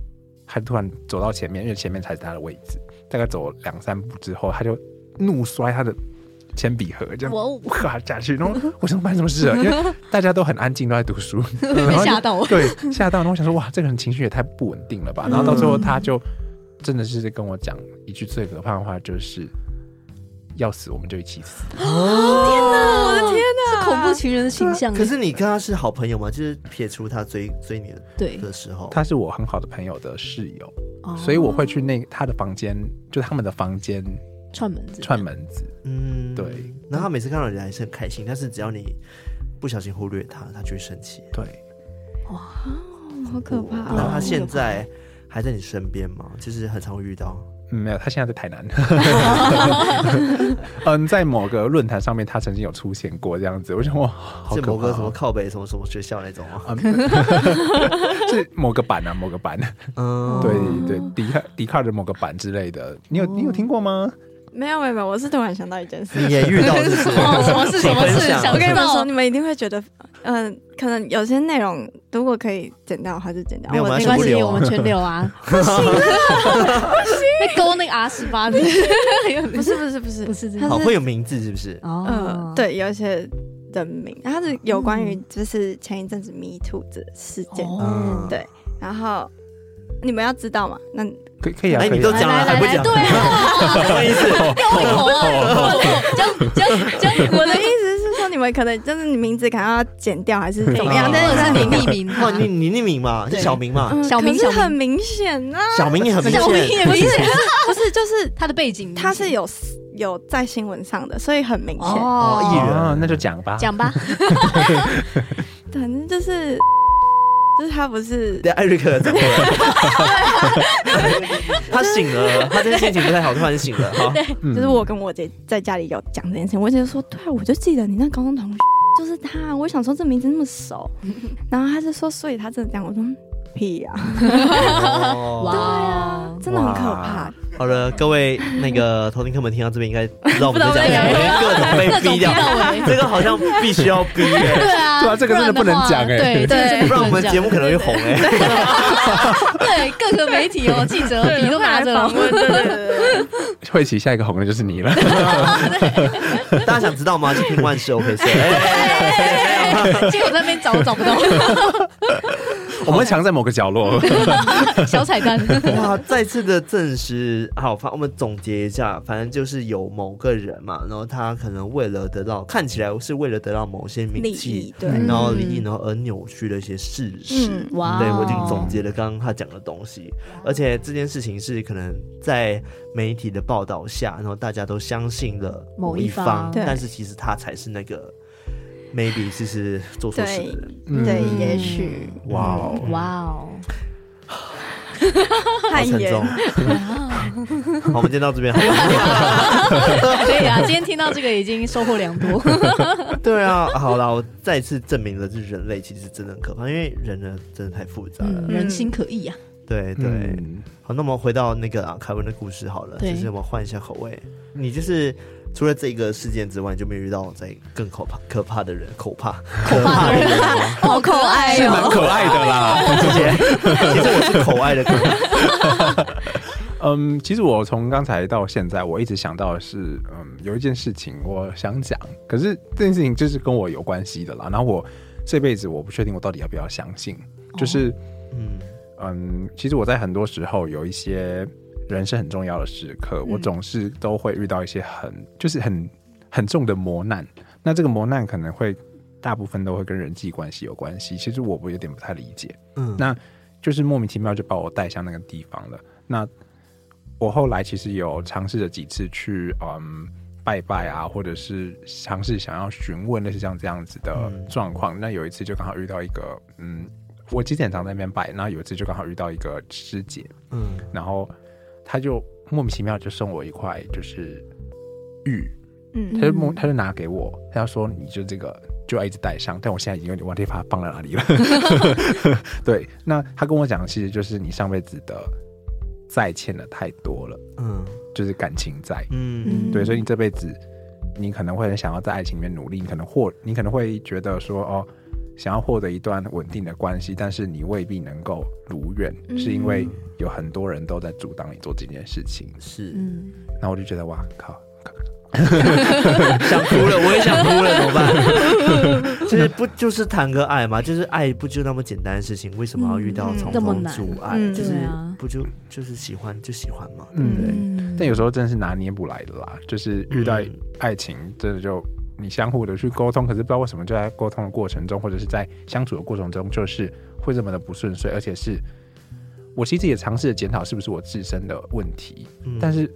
Speaker 3: 他突然走到前面，因为前面才是他的位置，大概走两三步之后，他就怒摔他的铅笔盒，这样
Speaker 2: 哇哦
Speaker 3: 哇下去，然后我想办什么事啊？因为大家都很安静，都在读书，然
Speaker 2: 被
Speaker 3: 后就
Speaker 2: 吓 到。
Speaker 3: 对，吓到，然后我想说，哇，这个人情绪也太不稳定了吧。然后到最后，他就真的是跟我讲一句最可怕的话，就是要死我们就一起死。
Speaker 2: 天哪，我哦的天
Speaker 4: 哪
Speaker 2: 是恐怖情人的形象。
Speaker 1: 可是你跟他是好朋友吗？就是撇除他追追你的
Speaker 2: 对，
Speaker 1: 的时候，
Speaker 3: 哦他是我很好的朋友的室友，
Speaker 2: 哦
Speaker 3: 所以我会去那他的房间，就他们的房间
Speaker 2: 串门子，
Speaker 3: 串门子。
Speaker 1: 嗯
Speaker 3: 对。
Speaker 1: 然后他每次看到你还是很开心，但是只要你不小心忽略他，他就会生气。
Speaker 3: 对，
Speaker 4: 好可怕
Speaker 1: 那
Speaker 4: 哦、
Speaker 1: 他现在还在你身边吗？就是很常会遇到。
Speaker 3: 嗯没有，他现在在台南。嗯，在某个论坛上面，他曾经有出现过这样子。我想哇，好
Speaker 1: 是
Speaker 3: 可
Speaker 1: 某
Speaker 3: 怕嗯
Speaker 1: 个什么
Speaker 3: 哦、
Speaker 1: 靠北什么什么学校那种吗？
Speaker 3: 是某个版啊，某个版。
Speaker 1: 嗯，
Speaker 3: 对对，迪卡迪卡的某个版之类的，你有你有听过吗？
Speaker 4: 没有没有没有，我是突然想到一件 事。
Speaker 1: 你也遇到是不是？
Speaker 2: 哦什么事
Speaker 1: 请
Speaker 2: 什么事
Speaker 1: 分享
Speaker 2: 想
Speaker 4: 我跟你们
Speaker 2: 知道
Speaker 4: 说，你们一定会觉得，嗯、可能有些内容如果可以剪掉的话就剪掉，
Speaker 1: 没有
Speaker 4: 我
Speaker 1: 我
Speaker 4: 那
Speaker 1: 们
Speaker 2: 没
Speaker 1: 要
Speaker 4: 个
Speaker 2: 关
Speaker 1: 全部
Speaker 2: 系，
Speaker 1: 留啊
Speaker 2: 我们全留 啊，不行啊，不行，勾那个 R 十八 的，
Speaker 4: 不是不是不
Speaker 2: 不
Speaker 4: 是，
Speaker 2: 是这
Speaker 4: 他
Speaker 2: 样
Speaker 1: 好
Speaker 4: 是
Speaker 1: 会有名字是不是？
Speaker 4: 嗯、
Speaker 2: 哦，，
Speaker 4: 对，有一些人名，它是有关于就是前一阵子 Me Too 的事件，
Speaker 2: 哦，
Speaker 4: 对然后你们要知道嘛，那
Speaker 3: 可以可以啊，
Speaker 1: 哎
Speaker 3: 可以
Speaker 1: 你都
Speaker 3: 啊
Speaker 2: 来
Speaker 1: 讲了
Speaker 2: 来
Speaker 1: 还
Speaker 2: 来
Speaker 1: 不
Speaker 2: 来，啊
Speaker 1: 讲
Speaker 2: 对啊，
Speaker 1: 什么意思？
Speaker 3: 哦
Speaker 2: 我我讲讲讲
Speaker 4: 我
Speaker 2: 我
Speaker 4: 的
Speaker 2: 的
Speaker 4: 意思是说，你们可能就是你名字可能要剪掉还是怎么样
Speaker 1: 哦，
Speaker 4: 但是
Speaker 2: 或者是你匿
Speaker 1: 哦，你
Speaker 2: 名，
Speaker 1: 你匿名嘛，是
Speaker 2: 对
Speaker 1: 啊小明嘛？
Speaker 4: 嗯
Speaker 2: 小明
Speaker 4: 可
Speaker 2: 小
Speaker 4: 是
Speaker 2: 明
Speaker 4: 很明显啊，
Speaker 1: 小明也很明
Speaker 2: 小明
Speaker 1: 显，
Speaker 2: 也明显，
Speaker 4: 不是就是
Speaker 2: 他的背景
Speaker 4: 他是有有在新闻上的，所以很明显。
Speaker 1: 哦艺
Speaker 2: 哦，
Speaker 1: 人
Speaker 3: 哦那就讲吧。
Speaker 2: 讲吧，
Speaker 4: 反正就是就是他不是
Speaker 1: 对，艾瑞克怎么 了？他醒了，他今天心情不太好，突然醒了。好，
Speaker 3: 嗯
Speaker 4: 就是我跟我姐在家里有讲这件事情，我姐就说：“对啊，我就记得你那高中同学就是他。”我想说这名字那么 熟，然后她就说：“所以他真的这样。”我说：“屁呀、
Speaker 1: 哦
Speaker 2: 哇
Speaker 4: 对啊，真的很可怕
Speaker 3: 哇。
Speaker 1: 好了，各位那个头听客们听到这边应该知道我们在讲
Speaker 2: 不
Speaker 1: 什
Speaker 2: 知道
Speaker 1: 么，各种被逼掉
Speaker 2: 各种逼到，尾
Speaker 1: 这个好像必须要逼欸
Speaker 2: 对啊，
Speaker 3: 对啊这个真的不能讲哎
Speaker 2: 不然的话 对，这个真的
Speaker 1: 不然我们节目可能会红哎。
Speaker 2: 对各个媒体哦，记 者笔都拿着
Speaker 4: 访
Speaker 2: 了，
Speaker 4: 问，对对对对，
Speaker 3: 慧琪下一个红的就是你 了。
Speaker 1: 大家想知道吗？去听万事 OK 社。哎
Speaker 2: 结果在那边找找不 到
Speaker 3: 我们会藏在某个角 落。
Speaker 2: 小彩蛋，
Speaker 1: 哇，再次的证实，好，反我们总结一下，反正就是有某个人嘛，然后他可能为了得到，看起来是为了得到某些名
Speaker 4: 利
Speaker 1: 气
Speaker 4: 益，对，
Speaker 2: 嗯
Speaker 1: 然后利益，然后而扭曲了一些事实。
Speaker 4: 嗯
Speaker 2: 哇哦
Speaker 1: 对，我已经总结了刚刚他讲的东西，而且这件事情是可能在媒体的报道下，然后大家都相信了
Speaker 2: 某
Speaker 1: 一
Speaker 2: 一
Speaker 1: 方
Speaker 2: 方，
Speaker 4: 对
Speaker 1: 但是其实他才是那个 maybe 其实做错事的人。
Speaker 3: 嗯
Speaker 4: 对，嗯也许
Speaker 3: 哇哦，
Speaker 2: 哇哦，
Speaker 1: 好
Speaker 4: 太
Speaker 1: 嗯沉
Speaker 4: 严
Speaker 1: 重。 好，我们今天到这边好吗？
Speaker 2: 可以啊，今天听到这个已经收获良多，
Speaker 1: 对啊， 好啦，我再次证明了，就是人类其实真的很可怕，因为人呢真的太复杂了。
Speaker 2: 嗯，人心可易啊，
Speaker 1: 对对，
Speaker 3: 嗯
Speaker 1: 好，那我们回到那个啊凯文的故事好了，
Speaker 2: 对
Speaker 1: 就是我们换一下口味。你就是除了这个事件之外，你就没有遇到在更可怕可怕的人，可怕可怕的人吗？
Speaker 2: 好可
Speaker 4: 哎
Speaker 2: 爱哦
Speaker 3: 是蛮可爱的啦。
Speaker 1: 谢谢。 其实我是口爱的可怕，
Speaker 3: 嗯，其实我从刚才到现在，我一直想到的是，嗯，有一件事情我想讲，可是这件事情就是跟我有关系的啦。然后我这辈子我不确定我到底要不要相信，就是
Speaker 1: 嗯，
Speaker 4: 哦
Speaker 3: 嗯，其实我在很多时候有一些人生很重要的时刻，
Speaker 1: 嗯
Speaker 3: 我总是都会遇到一些很就是很很重的磨难。那这个磨难可能会大部分都会跟人际关系有关系。其实我我有点不太理解，
Speaker 1: 嗯
Speaker 3: 那就是莫名其妙就把我带向那个地方了。那我后来其实有尝试着几次去嗯拜拜啊，或者是尝试想要询问类似像这样子的
Speaker 1: 嗯
Speaker 3: 状况。那有一次就刚好遇到一个嗯，我之前常在那边拜，然后有一次就刚好遇到一个师姐，
Speaker 1: 嗯
Speaker 3: 然后她就莫名其妙就送我一块就是玉，
Speaker 4: 嗯
Speaker 3: 她就莫她就拿给我，她就说你就这个就要一直戴上，但我现在已经有点忘记把它放在哪里了。对，那她跟我讲，其实就是你上辈子的债欠的太多了。
Speaker 1: 嗯
Speaker 3: 就是感情在，
Speaker 1: 嗯，
Speaker 3: 对，所以你这辈子你可能会很想要在爱情里面努力，你可能获，你可能会觉得说哦，想要获得一段稳定的关系，但是你未必能够如愿，
Speaker 4: 嗯
Speaker 3: 是因为有很多人都在阻挡你做这件事情。
Speaker 1: 是
Speaker 2: 嗯，
Speaker 3: 那我就觉得哇靠，
Speaker 1: 想哭了，我也想哭了，怎么办？ 就是不就是谈个爱嘛？就是爱不就那么简单的事情，为什么要遇到重
Speaker 2: 嗯这么
Speaker 1: 重
Speaker 2: 难
Speaker 1: 阻碍？
Speaker 4: 嗯
Speaker 1: 就是
Speaker 2: 对啊
Speaker 1: 不就就是喜欢就喜欢嘛？
Speaker 3: 嗯
Speaker 1: 对
Speaker 2: 嗯
Speaker 3: 但有时候真的是拿捏不来的啦，就是遇到
Speaker 1: 嗯
Speaker 3: 爱情，真的就你相互的去沟通，可是不知道为什么就在沟通的过程中，或者是在相处的过程中，就是会这么的不顺遂，而且是我其实也尝试着检讨是不是我自身的问题，
Speaker 1: 嗯
Speaker 3: 但是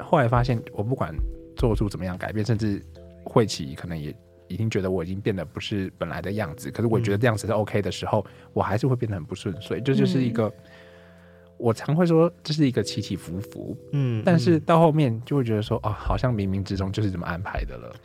Speaker 3: 后来发现我不管做出怎么样改变，甚至慧琪可能也。已经觉得我已经变得不是本来的样子，可是我觉得这样子是 OK 的时候，我还是会变得很不顺
Speaker 1: 嗯
Speaker 3: 遂。这就是一个，我常会说这是一个起起伏伏，
Speaker 1: 嗯
Speaker 3: 但是到后面就会觉得说，哦，好像冥冥之中就是这么安排的了。
Speaker 2: 嗯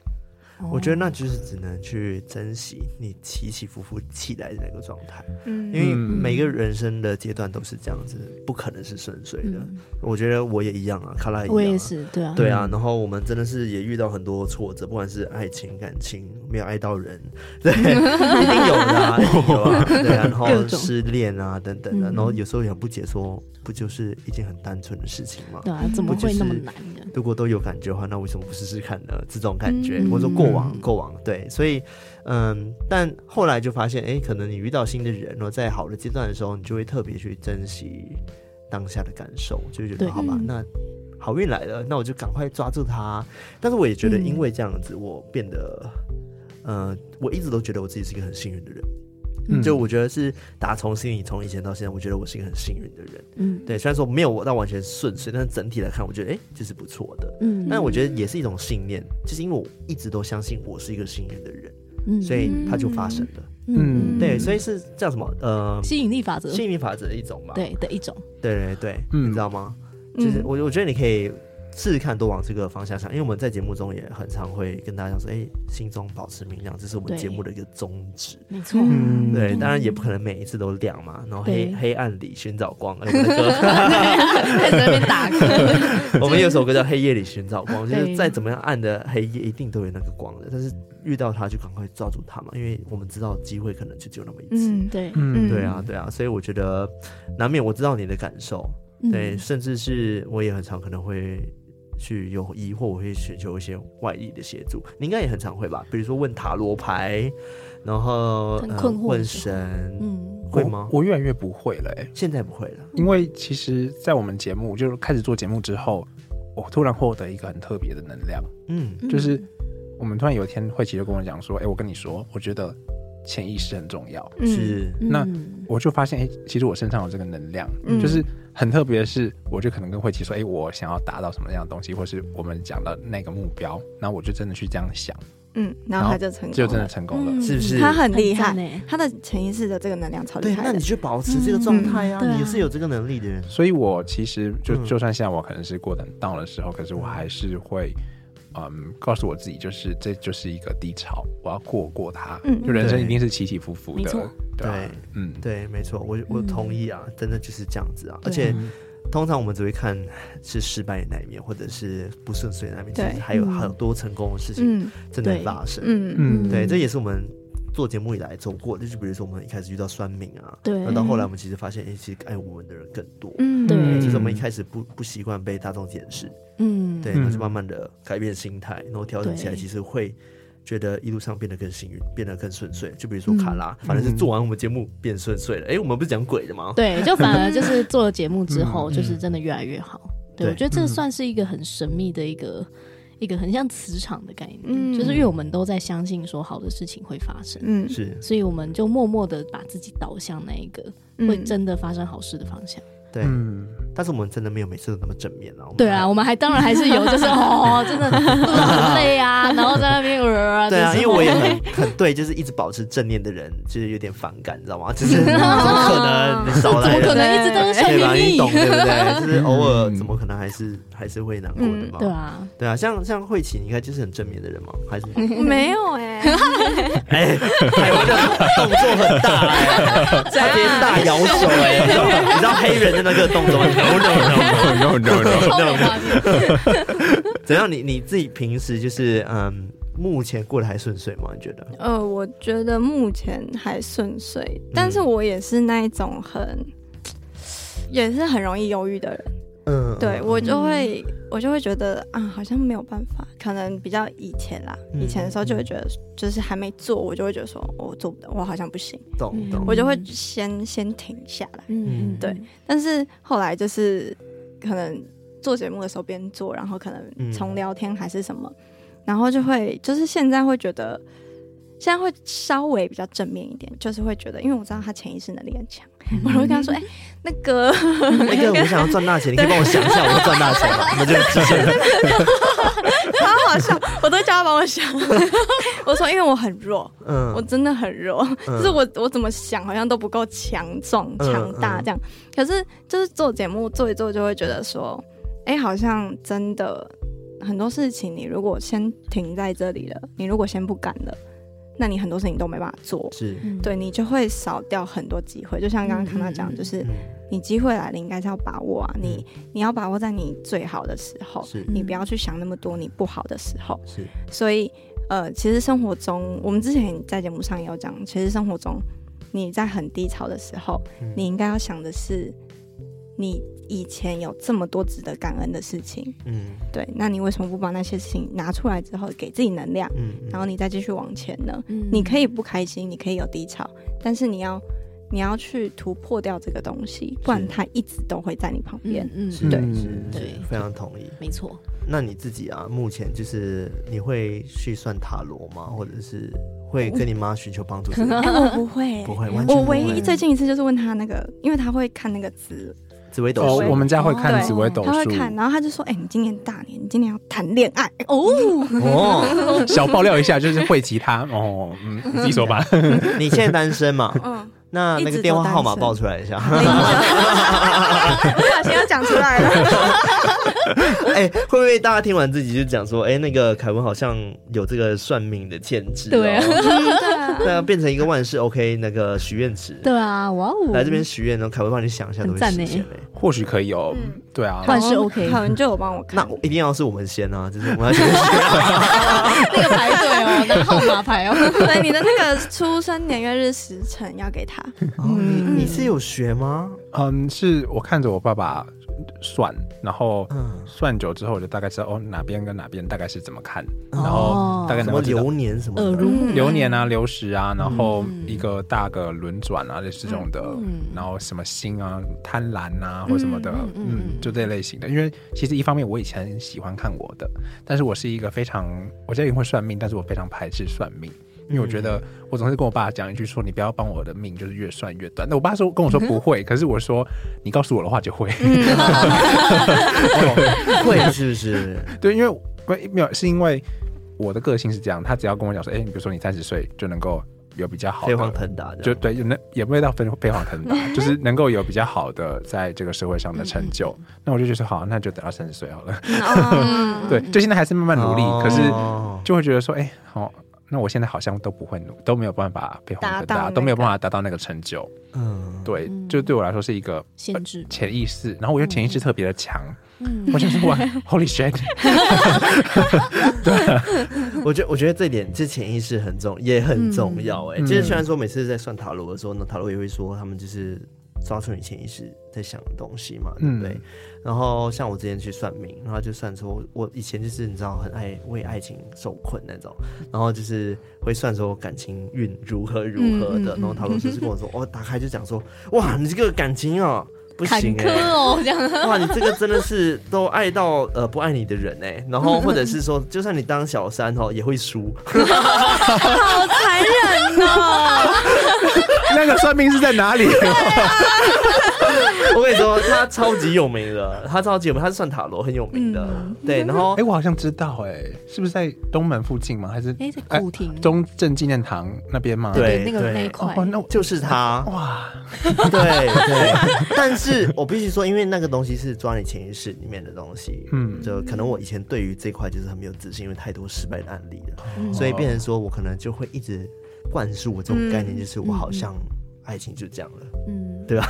Speaker 1: 我觉得那就是只能去珍惜你起起伏伏起来的那个状态，因
Speaker 4: 嗯
Speaker 1: 为
Speaker 3: 嗯
Speaker 1: 每个人生的阶段都是这样子，不可能是顺遂的。
Speaker 2: 嗯
Speaker 1: 我觉得我也一样啊，卡拉一样、啊，
Speaker 2: 我也是，对啊，
Speaker 1: 对啊，然后我们真的是也遇到很多挫折，不管是爱情、感情，没有爱到 人，对，一定有的、啊，一定有啊，对 啊，然后
Speaker 2: 各种
Speaker 1: 失恋啊等等的，
Speaker 2: 嗯
Speaker 1: 然后有时候也很不解说，不就是一件很单纯的事情吗？
Speaker 2: 对啊，怎么
Speaker 1: 不就
Speaker 2: 会那么
Speaker 1: 是
Speaker 2: 难呢？
Speaker 1: 如果都有感觉的话，那为什么不试试看呢？这种感觉，
Speaker 4: 嗯
Speaker 1: 或者说过往
Speaker 2: 嗯
Speaker 1: 过往，对，所以嗯，但后来就发现，哎，可能你遇到新的人，然后在好的阶段的时候，你就会特别去珍惜当下的感受，就会觉
Speaker 2: 对
Speaker 1: 得好吧，
Speaker 4: 嗯
Speaker 1: 那好运来了，那我就赶快抓住它。但是我也觉得，
Speaker 2: 嗯
Speaker 1: 因为这样子，我变得，呃，我一直都觉得我自己是一个很幸运的人，
Speaker 3: 嗯
Speaker 1: 就我觉得是打从心里，从以前到现在，我觉得我是一个很幸运的人。
Speaker 2: 嗯
Speaker 1: 对，虽然说没有我到完全顺遂，但是整体来看，我觉得哎，这是不错的。
Speaker 2: 嗯，
Speaker 1: 但我觉得也是一种信念，就是因为我一直都相信我是一个幸运的人，
Speaker 2: 嗯
Speaker 1: 所以它就发生了。
Speaker 3: 嗯
Speaker 1: 对，所以是叫什么？呃，
Speaker 2: 吸引力法则
Speaker 1: 吸引力法则的一种吧。
Speaker 2: 对的一种，
Speaker 1: 对对对，
Speaker 3: 嗯
Speaker 1: 你知道吗？就是
Speaker 4: 嗯
Speaker 1: 我我觉得你可以试试看，多往这个方向想，因为我们在节目中也很常会跟大家讲说，哎、心中保持明亮，这是我们
Speaker 2: 对
Speaker 1: 节目的一个宗旨。
Speaker 2: 没错，
Speaker 3: 嗯
Speaker 1: 对，
Speaker 2: 嗯
Speaker 1: 当然也不可能每一次都亮嘛，然后黑
Speaker 2: 对
Speaker 1: 黑暗里寻找光，哎我们的歌
Speaker 2: 还 在那边 打嗝，
Speaker 1: 我们有首歌叫《黑夜里寻找光》，就
Speaker 2: 对
Speaker 1: 是再怎么样暗的黑夜，一定都有那个光的。但是遇到它就赶快抓住它嘛，因为我们知道机会可能就只有那么一次。
Speaker 4: 嗯，
Speaker 2: 对，
Speaker 3: 嗯
Speaker 1: 对啊，对啊，所以我觉得难免我知道你的感受，
Speaker 2: 嗯
Speaker 1: 对，甚至是我也很常可能会去有疑惑，我会寻求一些外力的协助。你应该也很常会吧？比如说问塔罗牌，然后
Speaker 2: 很
Speaker 1: 呃
Speaker 2: 困惑
Speaker 1: 问
Speaker 2: 的时
Speaker 1: 神，
Speaker 2: 嗯
Speaker 1: 会吗？
Speaker 3: 我我越来越不会了、欸，
Speaker 1: 现在不会了。
Speaker 3: 因为其实，在我们节目就是开始做节目之后，我突然获得一个很特别的能量，
Speaker 1: 嗯
Speaker 3: 就是我们突然有一天，慧琪就跟我讲说，哎、我跟你说，我觉得潜意识很重要。
Speaker 4: 嗯
Speaker 1: 是，
Speaker 3: 那
Speaker 2: 嗯
Speaker 3: 我就发现，哎、其实我身上有这个能量，
Speaker 4: 嗯
Speaker 3: 就是很特别的是，我就可能跟慧琪说，哎、我想要达到什么样的东西，或是我们讲的那个目标，然后我就真的去这样想，
Speaker 4: 嗯，
Speaker 3: 然
Speaker 4: 然后
Speaker 3: 后
Speaker 4: 他就成功，
Speaker 3: 就真的，成功了。
Speaker 2: 嗯
Speaker 1: 是不是
Speaker 4: 他很厉
Speaker 2: 很赞
Speaker 4: 害
Speaker 2: 欸，
Speaker 4: 他的潜意识的这个能量超厉
Speaker 1: 对，
Speaker 4: 害
Speaker 1: 那
Speaker 4: 的
Speaker 1: 你，去保持这个状态啊，
Speaker 2: 嗯对啊
Speaker 1: 你是有这个能力的人。
Speaker 3: 所以我其实就
Speaker 1: 嗯
Speaker 3: 就算现在我可能是过得很 down 的时候，可是我还是会，嗯，告诉我自己，就是这就是一个低潮，我要过过它。
Speaker 4: 嗯
Speaker 3: 就人生
Speaker 1: 对
Speaker 3: 一定是起起伏伏
Speaker 2: 没
Speaker 3: 的
Speaker 2: 错，
Speaker 3: 对啊
Speaker 1: 对
Speaker 3: 嗯，
Speaker 1: 对，没错，我我
Speaker 2: 嗯
Speaker 1: 同意啊，真的就是这样子啊。而
Speaker 2: 对
Speaker 1: 且
Speaker 2: 啊
Speaker 1: 通常我们只会看是失败的那一面，或者是不顺遂的那一面，其
Speaker 4: 对
Speaker 1: 实还有
Speaker 2: 嗯
Speaker 1: 很多成功的事情
Speaker 4: 嗯
Speaker 1: 正在
Speaker 2: 对
Speaker 1: 发生。
Speaker 4: 嗯
Speaker 3: 嗯
Speaker 1: 对，这也是我们做节目以来走过的，就是比如说我们一开始遇到酸民啊，
Speaker 2: 对
Speaker 1: 那到后来我们其实发现，哎，其实爱我们的人更多。
Speaker 4: 嗯，
Speaker 2: 对
Speaker 1: 对，就是我
Speaker 3: 嗯
Speaker 1: 们一开始不不习惯被大众检视，
Speaker 2: 嗯
Speaker 1: 对，
Speaker 3: 嗯
Speaker 1: 那就慢慢的改变心态，然后调整起来，
Speaker 2: 对
Speaker 1: 其实会觉得一路上变得更幸运，变得更顺遂。就比如说卡
Speaker 2: 嗯
Speaker 1: 拉，反正是做完我们节目变顺遂了。哎、我们不是讲鬼的吗？
Speaker 2: 对，就反而就是做了节目之 后，
Speaker 1: 嗯
Speaker 2: 就是真的越来越好。对，
Speaker 1: 对嗯
Speaker 2: 我觉得这算是一个很神秘的一个。一个很像磁场的概念，
Speaker 4: 嗯
Speaker 2: 就是因为我们都在相信说好的事情会发生，
Speaker 4: 嗯，
Speaker 1: 是，
Speaker 2: 所以我们就默默的把自己导向那一个
Speaker 4: 嗯
Speaker 2: 会真的发生好事的方向。
Speaker 1: 对。
Speaker 3: 嗯，
Speaker 1: 但是我们真的没有每次都那么正面啊。我们
Speaker 2: 对啊，，我们还当然还是 有，就是哦，真的真的很累啊，然后在那边呃，
Speaker 1: 对啊，
Speaker 2: 就
Speaker 1: 因
Speaker 2: 是
Speaker 1: 为我也很很对，就是一直保持正念的人，就是有点反感，你知道吗？就是 怎么可能？你少
Speaker 2: 哦怎
Speaker 1: 来
Speaker 2: 么可
Speaker 1: 了，
Speaker 2: 能一直都是
Speaker 1: 对吧？
Speaker 2: 酸
Speaker 1: 你
Speaker 2: 你
Speaker 1: 懂对不对？就是偶尔
Speaker 3: 嗯
Speaker 1: 怎么可能还是还是会难过的嘛？
Speaker 2: 对啊，
Speaker 1: 对啊，像像慧琪，你看就是很正面的人嘛，还是
Speaker 2: 嗯
Speaker 4: 没有哎，
Speaker 1: 哎，海文的动
Speaker 4: 啊
Speaker 1: 作很大哎、他直接是大摇手哎、你知道你知道黑人的那个动作吗？ no no no，
Speaker 3: no no no，
Speaker 2: 超有 画面。
Speaker 1: 怎样？你你自己平时就是嗯，目前过得还顺遂吗？你觉得？
Speaker 4: 呃，我觉得目前还顺遂，但是我也是那一种很，也是很容易忧郁的人。
Speaker 1: 嗯，
Speaker 4: 对我就会，我就会觉得啊，好像没有办法。可能比较以前啦，
Speaker 1: 嗯
Speaker 4: 以前的时候就会觉得，就是还没做，我就会觉得说，哦我做不到，我好像不行，
Speaker 1: 懂
Speaker 2: 嗯
Speaker 1: 懂。
Speaker 4: 我就会先先停下来。
Speaker 2: 嗯，嗯
Speaker 4: 对，但是后来就是可能做节目的时候边做，然后可
Speaker 1: 嗯
Speaker 4: 能从聊天还是什么，然后就会就是现在会觉得，现在会稍微比较正面一点，就是会觉得，因为我知道他潜意识能力很强， 我都会跟他说，哎、那个
Speaker 1: 那个我想要赚大钱，你可以帮我想一下，我要赚大钱吗？我们就是之前的，
Speaker 4: 好好笑，我都叫他帮我想，我说因为我很弱，
Speaker 1: 嗯，
Speaker 4: 我真的很弱，
Speaker 1: 嗯
Speaker 4: 就是我我怎么想好像都不够强壮、
Speaker 1: 嗯
Speaker 4: 强大这样。可是就是做节目做一做，就会觉得说，哎、好像真的很多事情，你如果先停在这里了，你如果先不敢了，那你很多事情都没办法做。
Speaker 1: 是，
Speaker 2: 嗯
Speaker 4: 对你就会少掉很多机会，就像刚刚康纳
Speaker 2: 嗯嗯
Speaker 4: 讲，
Speaker 2: 嗯
Speaker 4: 就是
Speaker 1: 嗯，
Speaker 4: 你机会来了，应该是要把握啊！你你要把握在你最好的时候，
Speaker 1: 是
Speaker 4: 你不要去想那么多你不好的时候。
Speaker 1: 是，
Speaker 4: 所以呃，其实生活中，我们之前在节目上也有讲，其实生活中你在很低潮的时候，
Speaker 1: 嗯
Speaker 4: 你应该要想的是，你以前有这么多值得感恩的事情，
Speaker 1: 嗯
Speaker 4: 对，那你为什么不把那些事情拿出来之后给自己能量，
Speaker 1: 嗯，
Speaker 4: 然后你再继续往前呢？
Speaker 2: 嗯
Speaker 4: 你可以不开心，你可以有低潮，但是你要。你要去突破掉这个东西，不然
Speaker 1: 是
Speaker 4: 它一直都会在你旁边。
Speaker 2: 嗯嗯
Speaker 1: 是
Speaker 2: 对，
Speaker 1: 是
Speaker 3: 嗯
Speaker 1: 是
Speaker 2: 对，
Speaker 1: 非常同意。
Speaker 2: 没错。
Speaker 1: 那你自己啊，目前就是你会去算塔罗吗？或者是会跟你妈寻求帮助之类的？
Speaker 4: 哎、 我不会，
Speaker 1: 不会，完全
Speaker 4: 我
Speaker 1: 不会
Speaker 4: 唯一最近一次就是问他那个，因为他会看那个紫
Speaker 1: 紫微斗
Speaker 3: 哦
Speaker 1: 数，，
Speaker 3: 我们家会看
Speaker 4: 对
Speaker 3: 紫微斗
Speaker 4: 他会
Speaker 3: 数，
Speaker 4: 看，然后他就说：“哎、你今年大年，你今年要谈恋爱哦。”
Speaker 1: 哦，
Speaker 3: 小爆料一下，就是会吉他哦，嗯，你自己说吧。
Speaker 1: 你现在单身 嘛？
Speaker 4: 嗯，
Speaker 1: 那那
Speaker 4: 一直
Speaker 1: 个
Speaker 4: 都
Speaker 1: 电话号码
Speaker 4: 单身
Speaker 1: 报出来一下。
Speaker 4: 嗯不小心要讲出来了。
Speaker 1: 哎、会不会大家听完自己就讲说，哎、那个凯文好像有这个算命的潜质、哦，
Speaker 2: 对啊
Speaker 1: 那啊要变成一个万事 OK 那个许愿池，
Speaker 2: 对啊，哇哦，
Speaker 1: 来这边许愿，然后凯文帮你想一下都会实
Speaker 2: 很赞
Speaker 1: 现
Speaker 2: 欸
Speaker 1: 嘞、
Speaker 3: 或许可以哦
Speaker 4: 嗯，
Speaker 3: 对啊，
Speaker 2: 换是 OK
Speaker 4: 好，你就有帮我看
Speaker 1: 那。我一定要是我们先啊，就是我们要先 许
Speaker 2: 那个排队哦，那个号码牌哦，
Speaker 4: 对，你的那个出生年月日时辰要给他。
Speaker 2: 嗯
Speaker 1: 哦，你你是有学吗？
Speaker 3: 嗯，是我看着我爸爸算，然后
Speaker 1: 嗯，
Speaker 3: 算久之后，我就大概知道哦哪边跟哪边大概是怎么看，然后大概
Speaker 1: 什
Speaker 3: 能
Speaker 1: 么
Speaker 3: 够知道
Speaker 1: 流年什么
Speaker 2: 耳
Speaker 1: 的，
Speaker 2: 濡目
Speaker 4: 嗯
Speaker 3: 流年啊、流时啊，然后一个大个轮转啊，类似这种的，
Speaker 2: 嗯
Speaker 3: 然后什么心啊、贪婪啊或什么的，
Speaker 2: 嗯
Speaker 3: 嗯，
Speaker 2: 嗯嗯
Speaker 3: 就这类型的。因为其实一方面我以前很喜欢看我的，但是我是一个非常我家里会算命，但是我非常排斥算命。因为我觉
Speaker 2: 嗯
Speaker 3: 得，我总是跟我爸讲一句说，你不要帮我的命，就是越算越短。那我爸说跟我说
Speaker 2: 嗯
Speaker 3: 不会，可是我说你告诉我的话就会。
Speaker 2: 呃
Speaker 1: 会是不是？
Speaker 3: 对，因为不没有，是因为我的个性是这样，他只要跟我讲说，哎、你比如说你三十岁就能够有比较好
Speaker 1: 飞黄
Speaker 3: 的，
Speaker 1: 腾达的，
Speaker 3: 就对，就能也不会到飞飞黄腾达，就是能够有比较好的在这个社会上的成就，那我就觉得说好，那就等到三十岁好了。
Speaker 4: 嗯，
Speaker 3: 对，就现在还是慢慢努力，可是
Speaker 1: 哦
Speaker 3: 就会觉得说，哎、好。那我现在好像都不会努，都没有办法飞黄腾
Speaker 4: 达到
Speaker 3: 达，
Speaker 4: 那
Speaker 3: 都没有
Speaker 4: 个
Speaker 3: 办法达到那个成就。
Speaker 1: 嗯，
Speaker 3: 对，
Speaker 2: 嗯
Speaker 3: 就对我来说是一个
Speaker 2: 限制，
Speaker 3: 潜意识，然后我觉得潜意识特别的强，
Speaker 2: 嗯
Speaker 3: 我就说哇，Holy shit！
Speaker 1: 我觉得我觉得这点这潜意识很重，也很重要哎、
Speaker 3: 嗯
Speaker 1: 就是虽然说每次在算塔罗的时候，那塔罗也会说他们就是抓住你潜意识在想的东西嘛，对不对？
Speaker 3: 嗯
Speaker 1: 然后像我之前去算命，然后就算说我以前就是你知道很爱为爱情受困那种，然后就是会算说感情运如何如何的，
Speaker 2: 嗯嗯嗯
Speaker 1: 然后塔罗师是跟我说，我、哦、打开就讲说，哇，你这个感情哦。不
Speaker 2: 坎
Speaker 1: 行哎、
Speaker 2: 坷哦，这样，
Speaker 1: 哇，你这个真的是都爱到呃不爱你的人哎、然后或者是说，就算你当小三哦，也会输。
Speaker 4: 好残忍哦！
Speaker 3: 那个算命是在哪里？
Speaker 1: 我跟你说，他超级有名的，他超级有名，他是算塔罗很有名的。对，然后
Speaker 3: 哎、我好像知道、哎，是不是在东门附近吗？还是
Speaker 2: 哎，在古亭，
Speaker 3: 中正纪念堂那边吗？
Speaker 1: 对
Speaker 2: 那个
Speaker 1: 对
Speaker 2: 那一
Speaker 3: 哦
Speaker 2: 块，，
Speaker 3: 哦那我
Speaker 1: 就是他，
Speaker 3: 哇，
Speaker 1: 对对。 但是我必须说，因为那个东西是抓你潜意识里面的东西，
Speaker 3: 嗯
Speaker 1: 就可能我以前对于这块就是很没有自信，因为太多失败的案例了，
Speaker 2: 嗯
Speaker 1: 所以变成说我可能就会一直灌输我这种概念，
Speaker 4: 嗯
Speaker 1: 就是我好像爱情就这样了。
Speaker 2: 嗯，
Speaker 1: 对吧？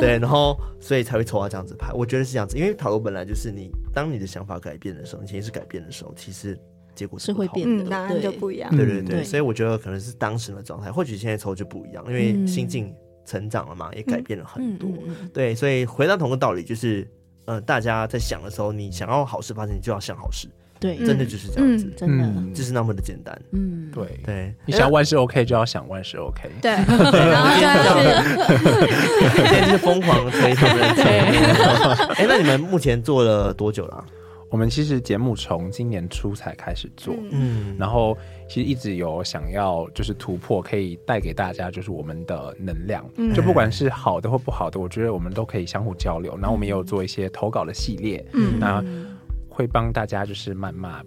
Speaker 1: 对，然后所以才会抽到这样子牌。我觉得是这样子，因为塔罗本来就是你，当你的想法改变的时候，你潜意识改变的时候，其实结果
Speaker 2: 是
Speaker 1: 不
Speaker 2: 会
Speaker 1: 好
Speaker 2: 变
Speaker 1: 的
Speaker 4: 嗯，答案就不一样。
Speaker 1: 对对对，
Speaker 2: 对
Speaker 1: 所以我觉得可能是当时的状态，或许现在抽就不一样，因为
Speaker 2: 嗯
Speaker 1: 心境成长了嘛，也改变了很
Speaker 2: 嗯
Speaker 1: 多。
Speaker 2: 嗯嗯
Speaker 1: 对，所以回到同个道理，就是，呃，大家在想的时候，你想要好事发生，你就要想好事，
Speaker 2: 对，
Speaker 1: 真的就是这样子，
Speaker 2: 真的，
Speaker 3: 嗯
Speaker 1: 就是那么的简单。
Speaker 2: 嗯，
Speaker 3: 对，
Speaker 1: 对，
Speaker 3: 你想万事 OK 就要想万事 OK。
Speaker 4: 对，然后 就要去
Speaker 1: 现在就是疯狂地推他们的节目。哎，那你们目前做了多久了啊？
Speaker 3: 我们其实节目从今年初才开始做，
Speaker 4: 嗯
Speaker 1: 嗯，
Speaker 3: 然后其实一直有想要就是突破，可以带给大家就是我们的能量，
Speaker 4: 嗯
Speaker 3: 就不管是好的或不好的，我觉得我们都可以相互交流。然后我们也有做一些投稿的系列，
Speaker 4: 嗯，
Speaker 3: 那会帮大家就是谩骂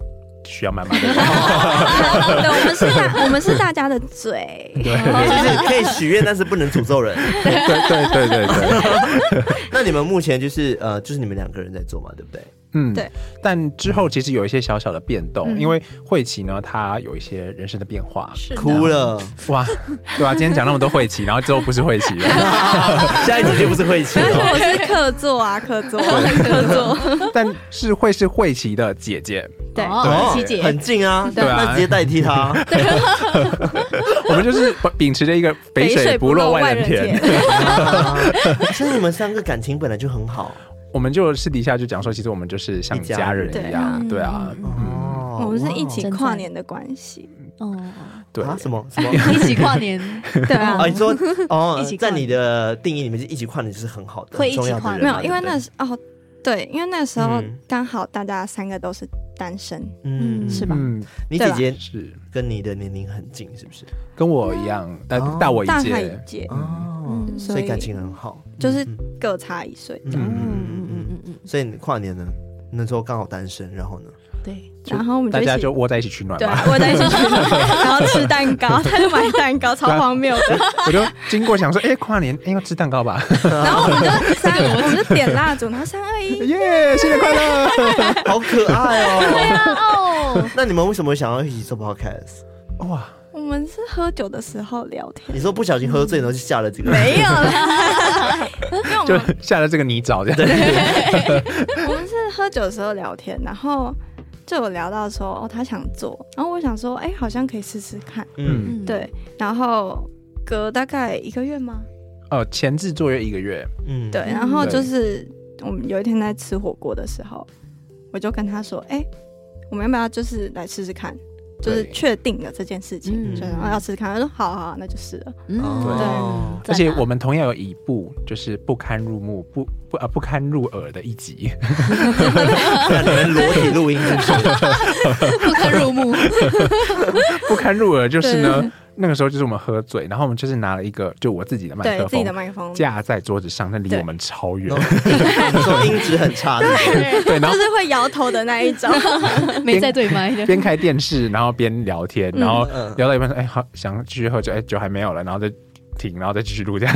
Speaker 3: 需要谩骂的 人，
Speaker 4: 对，我们是大我们是大家的 嘴，
Speaker 1: 就是可以许愿，但是不能诅咒 人。
Speaker 3: 对对对对对，
Speaker 1: 那你们目前就是呃，就是你们两个人在做嘛，对不对？
Speaker 3: 嗯
Speaker 4: 对。
Speaker 3: 但之后其实有一些小小的变动，
Speaker 4: 嗯
Speaker 3: 因为慧琪呢，她有一些人生的变化，
Speaker 4: 是的
Speaker 1: 哭 了，
Speaker 3: 哇，对啊，今天讲那么多慧琪，然后之后不是慧琪了。
Speaker 1: 下一集就不是晦气哦
Speaker 4: 但是
Speaker 1: 了。
Speaker 4: 我是客座啊，客座，客 座，
Speaker 3: 但是会是慧琪的姐姐，
Speaker 4: 对，
Speaker 2: 哦，琪姐，
Speaker 1: 很近啊，
Speaker 4: 对
Speaker 3: 啊
Speaker 1: 那直接代替 他。
Speaker 3: 我们就是秉持着一个
Speaker 4: 肥
Speaker 3: 肥水不落
Speaker 4: 外
Speaker 3: 外人田，
Speaker 4: 田，
Speaker 1: 啊所以你们三个感情本来就很好
Speaker 3: 我们就私底下就讲说，其实我们就是像
Speaker 1: 一家
Speaker 3: 家
Speaker 1: 人
Speaker 3: 人一样，
Speaker 2: 对
Speaker 3: 对啊，
Speaker 2: 嗯
Speaker 3: 嗯，
Speaker 1: 哦
Speaker 4: 我们是一起
Speaker 2: 真的
Speaker 4: 跨年的关系，
Speaker 2: 哦，
Speaker 3: 对，
Speaker 1: 啊？什么什么？
Speaker 2: 一起跨 年，
Speaker 4: 对啊
Speaker 1: 哦，你说哦
Speaker 2: 一起，跨
Speaker 1: 在你的定义里面，就一起跨年就是很好的，
Speaker 2: 会一
Speaker 1: 很重
Speaker 2: 起
Speaker 1: 要
Speaker 2: 跨
Speaker 1: 的人
Speaker 4: 没
Speaker 1: 嘛
Speaker 4: 有，因为那时哦，对，因为那时候
Speaker 1: 嗯
Speaker 4: 刚好大家三个都是单身，
Speaker 1: 嗯，
Speaker 2: 是吧
Speaker 3: 嗯，
Speaker 1: 你姐姐
Speaker 3: 是
Speaker 1: 跟你的年龄很近，是不是？
Speaker 3: 跟我一样，呃
Speaker 1: 哦，
Speaker 3: 大我一
Speaker 4: 大他一
Speaker 3: 届，
Speaker 4: 届，
Speaker 1: 哦，
Speaker 2: 嗯
Speaker 1: 所以感情很好，
Speaker 4: 就是
Speaker 1: 嗯
Speaker 4: 各差一岁。
Speaker 1: 嗯
Speaker 3: 嗯
Speaker 1: 嗯嗯嗯，
Speaker 2: 嗯嗯，
Speaker 1: 所以你跨年呢？那时候刚好单身，然后呢？
Speaker 2: 对，
Speaker 4: 然后我们
Speaker 3: 大
Speaker 4: 一
Speaker 3: 家
Speaker 4: 起
Speaker 3: 就窝在一起取暖
Speaker 4: 对
Speaker 3: 嘛。，
Speaker 4: 我在一起去，然后吃蛋糕，他就买蛋糕，超荒谬的。
Speaker 3: 我就经过想说，哎，跨年哎要吃蛋糕 吧，
Speaker 4: 然后我们就三，我们就点蜡烛，然后三二一，
Speaker 3: 耶，新年快乐！
Speaker 1: 好可爱 哦！
Speaker 2: 哦，
Speaker 1: 那你们为什么想要一起做 podcast？
Speaker 3: 哇，
Speaker 4: 我们是喝酒的时候聊天
Speaker 1: 你，说不小心喝醉，然后就下了这个，
Speaker 4: 没有啦，因为我
Speaker 3: 就
Speaker 4: 们
Speaker 3: 下了这个泥沼这
Speaker 1: 嗯
Speaker 3: 样，
Speaker 4: 我们是喝酒的时候聊天，然后就有聊到说哦，他想做，然后我想说，哎、好像可以试试看，
Speaker 1: 嗯，
Speaker 2: 嗯，
Speaker 4: 对，然后隔大概一个月吗？
Speaker 3: 哦，前置作业一个月，
Speaker 1: 嗯，
Speaker 4: 对，
Speaker 2: 嗯
Speaker 4: 然后就是我们有一天在吃火锅的时候，我就跟他说，哎、我们要不要就是来试试看？就是
Speaker 3: 对
Speaker 4: 确定了这件事情，
Speaker 2: 嗯
Speaker 4: 就然后要试试看。他说好好，好那就试了。
Speaker 1: 哦
Speaker 2: 对
Speaker 3: 而
Speaker 4: 啊
Speaker 3: 且我们同样有一部就是不堪入目、不不啊不堪入耳的一集，
Speaker 1: 不然你们裸体录音是不是？
Speaker 2: 不堪入目，
Speaker 3: 不堪入耳就是呢，那个时候就是我们喝醉，然后我们就是拿了一个就我自己的麦
Speaker 4: 对
Speaker 3: 克
Speaker 4: 自己的
Speaker 3: 风
Speaker 4: 麦克风，
Speaker 3: 架在桌子上，那离
Speaker 4: 对
Speaker 3: 我们超远
Speaker 1: 然，后你说音质很差，对不对
Speaker 3: 对，然
Speaker 4: 就
Speaker 3: 后
Speaker 4: 是会摇头的那一 种。
Speaker 2: 没在对麦的，
Speaker 3: 边开电视，然后边聊天，然后
Speaker 1: 嗯
Speaker 3: 聊到一半说，哎，好想继续喝酒，哎，酒还没有了，然后再停，然后再继续录这样。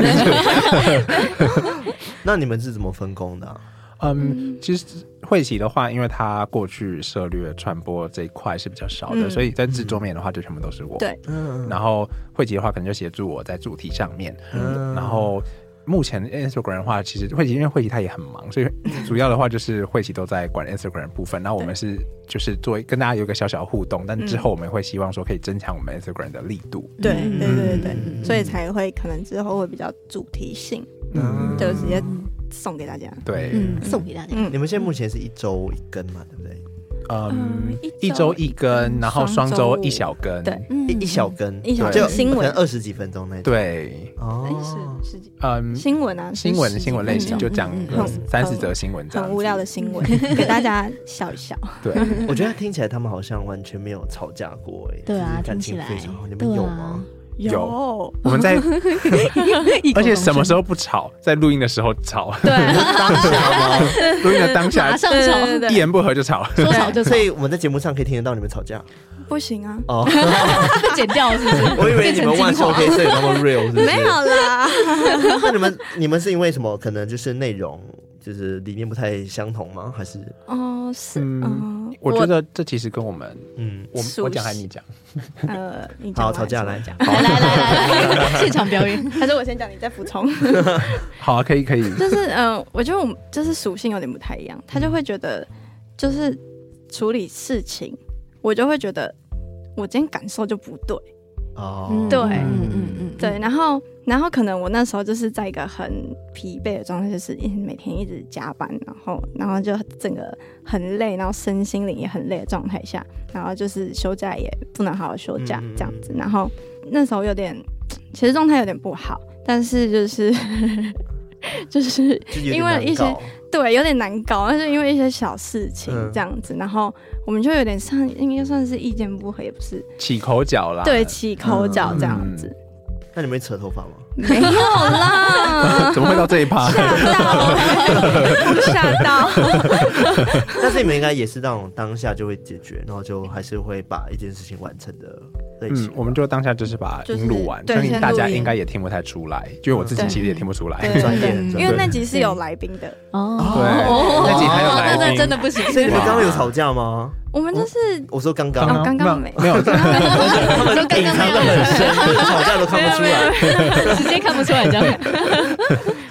Speaker 1: 那你们是怎么分工的啊？
Speaker 3: 嗯，其实慧琪的话，因为她过去涉略传播这一块是比较少的，
Speaker 4: 嗯
Speaker 3: 所以在制作面的话，就全部都是我。
Speaker 4: 对
Speaker 1: 嗯
Speaker 3: 然后慧琪的话，可能就协助我在主题上面，
Speaker 1: 嗯
Speaker 3: 然后。目前呃 Instagram 的话，其实慧琪因为慧琪她也很忙，所以
Speaker 1: 嗯
Speaker 3: 主要的话就是慧琪都在管 Instagram 的部分。然后我们是就是做跟大家有一个小小的互动，
Speaker 1: 嗯
Speaker 3: 但之后我们会希望说可以增强我们 Instagram 的力度。
Speaker 4: 对
Speaker 2: 嗯
Speaker 4: 对对对
Speaker 1: 嗯
Speaker 4: 对，所以才会可能之后会比较主题性，
Speaker 1: 嗯
Speaker 4: 就直接送给大家。
Speaker 3: 对，
Speaker 2: 嗯，送给大家，
Speaker 1: 你
Speaker 3: 哦
Speaker 4: 嗯
Speaker 1: 们现在目前是一周一根嘛，对不对？
Speaker 3: 嗯
Speaker 4: 嗯，
Speaker 3: 一
Speaker 4: 一
Speaker 3: 周
Speaker 4: 周
Speaker 3: 一根，然后双
Speaker 4: 双
Speaker 3: 周
Speaker 4: 周
Speaker 3: 一小根，
Speaker 4: 对
Speaker 2: 嗯
Speaker 1: 一一小根，
Speaker 4: 一小
Speaker 3: 根
Speaker 1: 就
Speaker 4: 新闻
Speaker 1: 可能二十几分钟那种。
Speaker 3: 对，
Speaker 4: 哎
Speaker 1: 哦，
Speaker 4: 是是
Speaker 3: 嗯，
Speaker 4: 新闻啊，
Speaker 3: 新闻
Speaker 4: 是
Speaker 3: 新闻类型
Speaker 4: 嗯
Speaker 3: 就讲个
Speaker 4: 嗯
Speaker 3: 三四则新闻这样
Speaker 4: 很
Speaker 3: 子，
Speaker 4: 无聊的新 闻，给大家笑一笑。
Speaker 3: 对，
Speaker 1: 我觉得听起来他们好像完全没有吵架过，哎，
Speaker 2: 对啊
Speaker 1: 就是感
Speaker 2: 听起
Speaker 1: 情
Speaker 2: 来
Speaker 1: 非常好。你们
Speaker 2: 对啊
Speaker 1: 有吗？
Speaker 3: 有我们在 而且什么时
Speaker 2: 候
Speaker 3: 候不吵，在录音的时候吵，
Speaker 4: 对，
Speaker 1: 当下吗？
Speaker 3: 录音的当下
Speaker 2: 马上
Speaker 4: 对
Speaker 2: 吵，
Speaker 4: 对对
Speaker 3: 一言不合就吵。
Speaker 2: 说吵就吵
Speaker 1: 所，以我们在节目上可以听得到你们吵架
Speaker 4: 不行啊，
Speaker 1: 哦。
Speaker 2: 被剪掉是不是？
Speaker 1: 我以为
Speaker 2: 变
Speaker 1: 你
Speaker 2: 成
Speaker 1: 们
Speaker 2: 精
Speaker 1: 万寿
Speaker 2: 华
Speaker 1: 可以 睡得那么 real，是不是？
Speaker 4: 没有啦，
Speaker 1: 那你们你们是因为什么？可能就是内容就是理念不太相同吗？还是
Speaker 4: 哦，是，
Speaker 3: 嗯
Speaker 4: 哦，后
Speaker 3: 我觉得这其实跟我们，
Speaker 1: 嗯，
Speaker 3: 我
Speaker 2: 熟悉
Speaker 3: 我讲还是你讲？
Speaker 4: 呃，你讲
Speaker 1: 好，
Speaker 4: 完
Speaker 1: 吵架来
Speaker 4: 是，
Speaker 1: 好
Speaker 2: 来来来来来，现场表演。
Speaker 4: 吗， 还是我先讲，你再补充。
Speaker 3: 好啊，可以可以，
Speaker 4: 就是嗯、呃我觉得我们就是属性有点不太一样，他就会觉得就是处理事情，我就会觉得我今天感受就不对，
Speaker 1: 哦，
Speaker 4: 对
Speaker 2: 嗯嗯嗯，
Speaker 4: 对，，然后然后可能我那时候就是在一个很疲惫的状态，就是一直每天一直加班，然后然后就整个很累，然后身心灵也很累的状态下，然后就是休假也不能好好休假
Speaker 1: 嗯嗯嗯
Speaker 4: 这样子，然后那时候有点其实状态有点不好，但是就是 就是
Speaker 1: 就有点
Speaker 4: 因为
Speaker 1: 难
Speaker 4: 一些
Speaker 1: 搞
Speaker 4: 对，有点难搞，但是因为一些小事情
Speaker 1: 嗯
Speaker 4: 这样子，然后我们就有点像，应该算是意见不合，也不是、
Speaker 3: 起口角啦。
Speaker 4: 对起口角这样子，
Speaker 1: 嗯那你们扯头发 吗？
Speaker 4: 没有啦，
Speaker 3: 怎么会到这一 趴？
Speaker 4: 啊吓到，
Speaker 1: 但是你们应该也是那种当下就会解决，然后就还是会把一件事情完成的类型
Speaker 3: 嗯
Speaker 1: 吧。，
Speaker 3: 我们就当下就是把
Speaker 4: 就是
Speaker 3: 音录完，
Speaker 4: 对
Speaker 3: 相信大
Speaker 4: 先
Speaker 3: 家
Speaker 4: 录音
Speaker 3: 应该也听不太出来，就我自己
Speaker 4: 嗯
Speaker 3: 其实也听不出来。
Speaker 4: 对
Speaker 1: 专业的，
Speaker 2: 对
Speaker 4: 因为那
Speaker 1: 专业
Speaker 4: 集是有来宾的，
Speaker 2: 哦，
Speaker 3: 对那集还有来宾
Speaker 2: 那真的不行，
Speaker 1: 所以你们刚刚有吵架吗？
Speaker 4: 我们就是
Speaker 1: 我说刚刚
Speaker 4: 哦，刚刚
Speaker 3: 没
Speaker 4: 没
Speaker 3: 没有，
Speaker 1: 他们
Speaker 2: 刚刚
Speaker 1: 隐藏的很深，吵架都看不出来。
Speaker 2: 直接看不出来这样。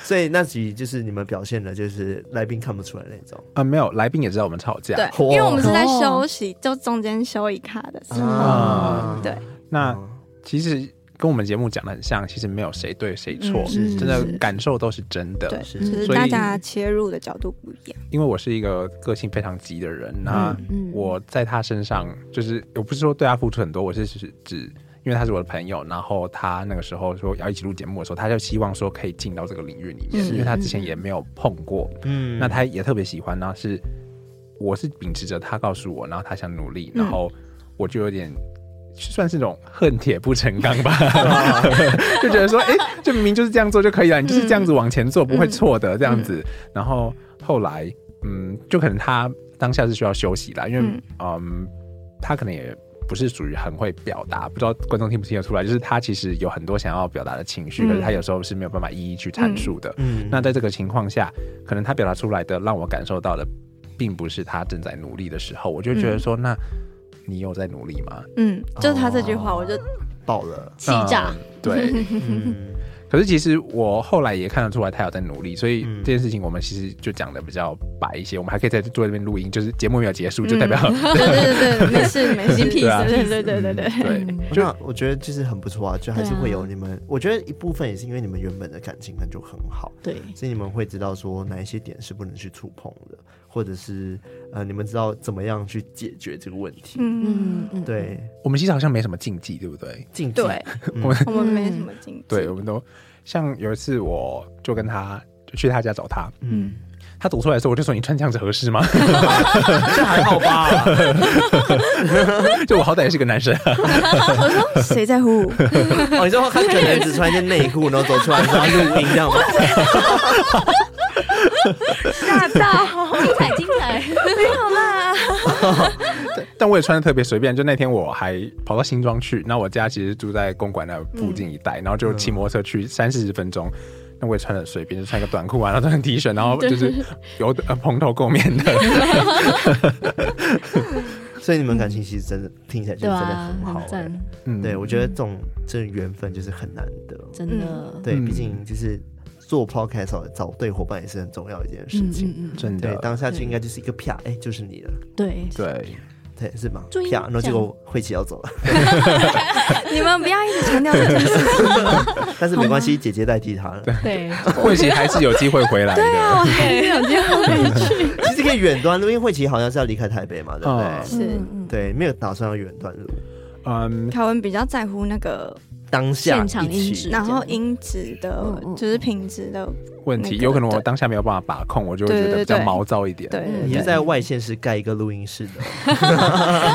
Speaker 1: 所以那集就是你们表现的，就是来宾看不出来那种。
Speaker 3: 啊，没有，来宾也知道我们吵架。
Speaker 4: 对，
Speaker 1: 嚯
Speaker 4: 因为我们是在休息，就中间休一卡的时候，
Speaker 3: 啊
Speaker 4: 嗯对，
Speaker 3: 那
Speaker 1: 嗯
Speaker 3: 其实跟我们节目讲的很像，其实没有谁对谁错，
Speaker 4: 嗯
Speaker 1: 是
Speaker 3: 真
Speaker 1: 是
Speaker 3: 的
Speaker 1: 是
Speaker 3: 感受都是真
Speaker 4: 对
Speaker 3: 的。，
Speaker 1: 是
Speaker 4: 就是
Speaker 3: 所以
Speaker 4: 大家切入的角度不一样，
Speaker 3: 因为我是一个个性非常急的人，那
Speaker 2: 嗯
Speaker 3: 啊我在他身上就是我不是说对他付出很多，我是指指。因为他是我的朋友，然后他那个时候说要一起录节目的时候，他就希望说可以进到这个领域里面，
Speaker 4: 是
Speaker 3: 因为他之前也没有碰过，
Speaker 1: 嗯
Speaker 3: 那他也特别喜欢，然后是我是秉持着他告诉我，然后他想努力，
Speaker 4: 嗯
Speaker 3: 然后我就有点。算是那种恨铁不成钢吧，就觉得说，哎、就明明就是这样做就可以了，你就是这样子往前做，不会错的，这样子。然后后来，嗯，就可能他当下是需要休息啦，因为，嗯
Speaker 4: 嗯，
Speaker 3: 他可能也不是属于很会表达，不知道观众听不听得出来，就是他其实有很多想要表达的情绪，可是他
Speaker 4: 嗯
Speaker 3: 有时候是没有办法一一去阐述的。
Speaker 1: 嗯
Speaker 3: 那在这个情况下，可能他表达出来的让我感受到的，并不是他正在努力的时候，我就觉得说，那你有在努力吗？
Speaker 4: 嗯，就是他这句话，
Speaker 1: 哦
Speaker 4: 我 就
Speaker 1: 爆了，
Speaker 2: 气炸
Speaker 3: 嗯，对。
Speaker 1: 嗯，
Speaker 3: 可是其实我后来也看得出来他有在努力，所以
Speaker 1: 嗯
Speaker 3: 这件事情我们其实就讲的比较白一些。我们还可以在坐这边录音，就是节目没有结束，就代表、
Speaker 4: 对对对对，没事没事，
Speaker 3: 对啊
Speaker 4: 对对对对对。
Speaker 3: 对。
Speaker 2: 嗯
Speaker 1: 就哦我觉得就是很不错啊，就还是
Speaker 2: 对啊
Speaker 1: 会有你们，我觉得一部分也是因为你们原本的感情感就很好，
Speaker 2: 对，
Speaker 1: 所以你们会知道说哪一些点是不能去触碰的，或者是呃，你们知道怎么样去解决这个问题。
Speaker 4: 嗯，
Speaker 2: 嗯嗯，
Speaker 1: 对，
Speaker 3: 我们其实好像没什么禁忌，对不对？
Speaker 1: 禁忌，
Speaker 4: 对，
Speaker 1: 嗯
Speaker 4: 我们没什么禁忌。
Speaker 3: 对，我们都像有一次我就跟他就去他家找他，
Speaker 1: 嗯，
Speaker 3: 他走出来的时候，我就说你穿这样子合适吗？
Speaker 1: 这还好吧？
Speaker 3: 就我好歹也是个男生，啊
Speaker 4: 我说谁在乎？
Speaker 1: 哦，你说他可能只穿一件内裤，然后走出来然后录音这样吗？
Speaker 4: 吓到，
Speaker 2: 精彩精彩，
Speaker 3: 但我也穿的特别随便，就那天我还跑到新庄去，那我家其实住在公馆那附近一
Speaker 1: 嗯
Speaker 3: 带，然后就骑摩托车去三四十分钟。那我也穿的随便，就穿个短裤啊，然后穿 个 T 恤，然后就是有呃蓬头垢面 的。
Speaker 1: 所以你们感情其实真的听起来就
Speaker 2: 对
Speaker 1: 真的
Speaker 2: 吧
Speaker 1: 很？好、
Speaker 2: 很
Speaker 1: 欸。
Speaker 2: 赞，
Speaker 3: 嗯，
Speaker 1: 对，我觉得这种这种缘分就是很难得。哦
Speaker 2: 真的，
Speaker 1: 对，
Speaker 3: 嗯
Speaker 1: 毕竟就是做 podcast 找找对伙伴也是很重要的一件事
Speaker 2: 嗯
Speaker 1: 情。
Speaker 2: 嗯嗯，
Speaker 3: 真
Speaker 1: 对，
Speaker 3: 的，
Speaker 1: 当下就应该就是一个啪，哎、就是你了，
Speaker 2: 对，
Speaker 3: 对，
Speaker 1: 对，是吗？
Speaker 2: 注意
Speaker 1: 啪，然后结
Speaker 2: 这
Speaker 1: 果慧琪要走 了，
Speaker 4: 你们不要一直强调这件事情。
Speaker 1: 但是没关系，姐姐代替她了。
Speaker 2: 对，
Speaker 3: 慧琪还是有机会回来的。
Speaker 4: 我还是有这样的去。
Speaker 1: 其实可以远端录，因为慧琪好像是要离开台北嘛，对不对？
Speaker 3: 嗯
Speaker 4: 是
Speaker 2: 嗯，
Speaker 1: 对，没有打算要远端录，
Speaker 3: 嗯，
Speaker 4: 凯文比较在乎那个，
Speaker 1: 当下
Speaker 2: 现场
Speaker 1: 一
Speaker 2: 音
Speaker 1: 起
Speaker 2: 质
Speaker 4: 然后音质的
Speaker 2: 嗯嗯，
Speaker 4: 就是品质的，
Speaker 3: 问题
Speaker 4: 那个
Speaker 3: 有可能我
Speaker 4: 对
Speaker 3: 当下没有办法把控，我就会
Speaker 4: 对
Speaker 3: 觉得比较
Speaker 4: 对对
Speaker 3: 毛躁一点。
Speaker 4: 对对
Speaker 1: 你
Speaker 4: 对
Speaker 1: 是在外县市盖一个录音室的，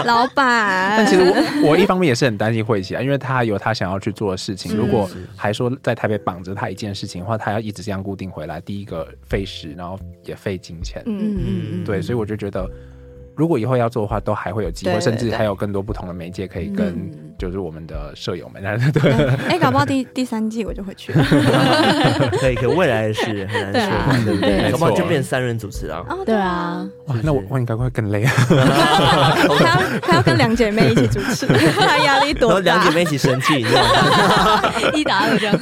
Speaker 4: 老板
Speaker 3: 嗯但其实 我我一方面也是很担心慧琪啊，因为她有她想要去做的事情。
Speaker 4: 是
Speaker 3: 如果还说在台北绑着她一件事情的话，她要一直这样固定回来，第一个费时，然后也费金钱。
Speaker 2: 嗯
Speaker 4: 嗯，
Speaker 2: 嗯嗯，
Speaker 3: 对，所以我就觉得，如果以后要做的话，都还会有机会，
Speaker 4: 对对嗯
Speaker 3: 甚至
Speaker 4: 对
Speaker 3: 还有更多不同的媒介可以跟就是我们的舍友们， 对，
Speaker 4: 哎、搞不好第第三季我就会去 了。
Speaker 1: 可以，可未来的事很
Speaker 2: 对
Speaker 1: 难
Speaker 2: 啊
Speaker 1: 说，对不对？
Speaker 2: 对
Speaker 1: 搞不好就
Speaker 3: 没错
Speaker 1: 变三人主持了。
Speaker 4: 哦
Speaker 2: 对啊，
Speaker 3: 哇，那我我应该会更累啊。
Speaker 4: 对啊，还要还要跟两姐妹一起主 持，她压力
Speaker 1: 然后
Speaker 4: 多
Speaker 1: 两
Speaker 4: 大
Speaker 1: 姐？妹一起生气，你知道吗？
Speaker 2: 一打二这样。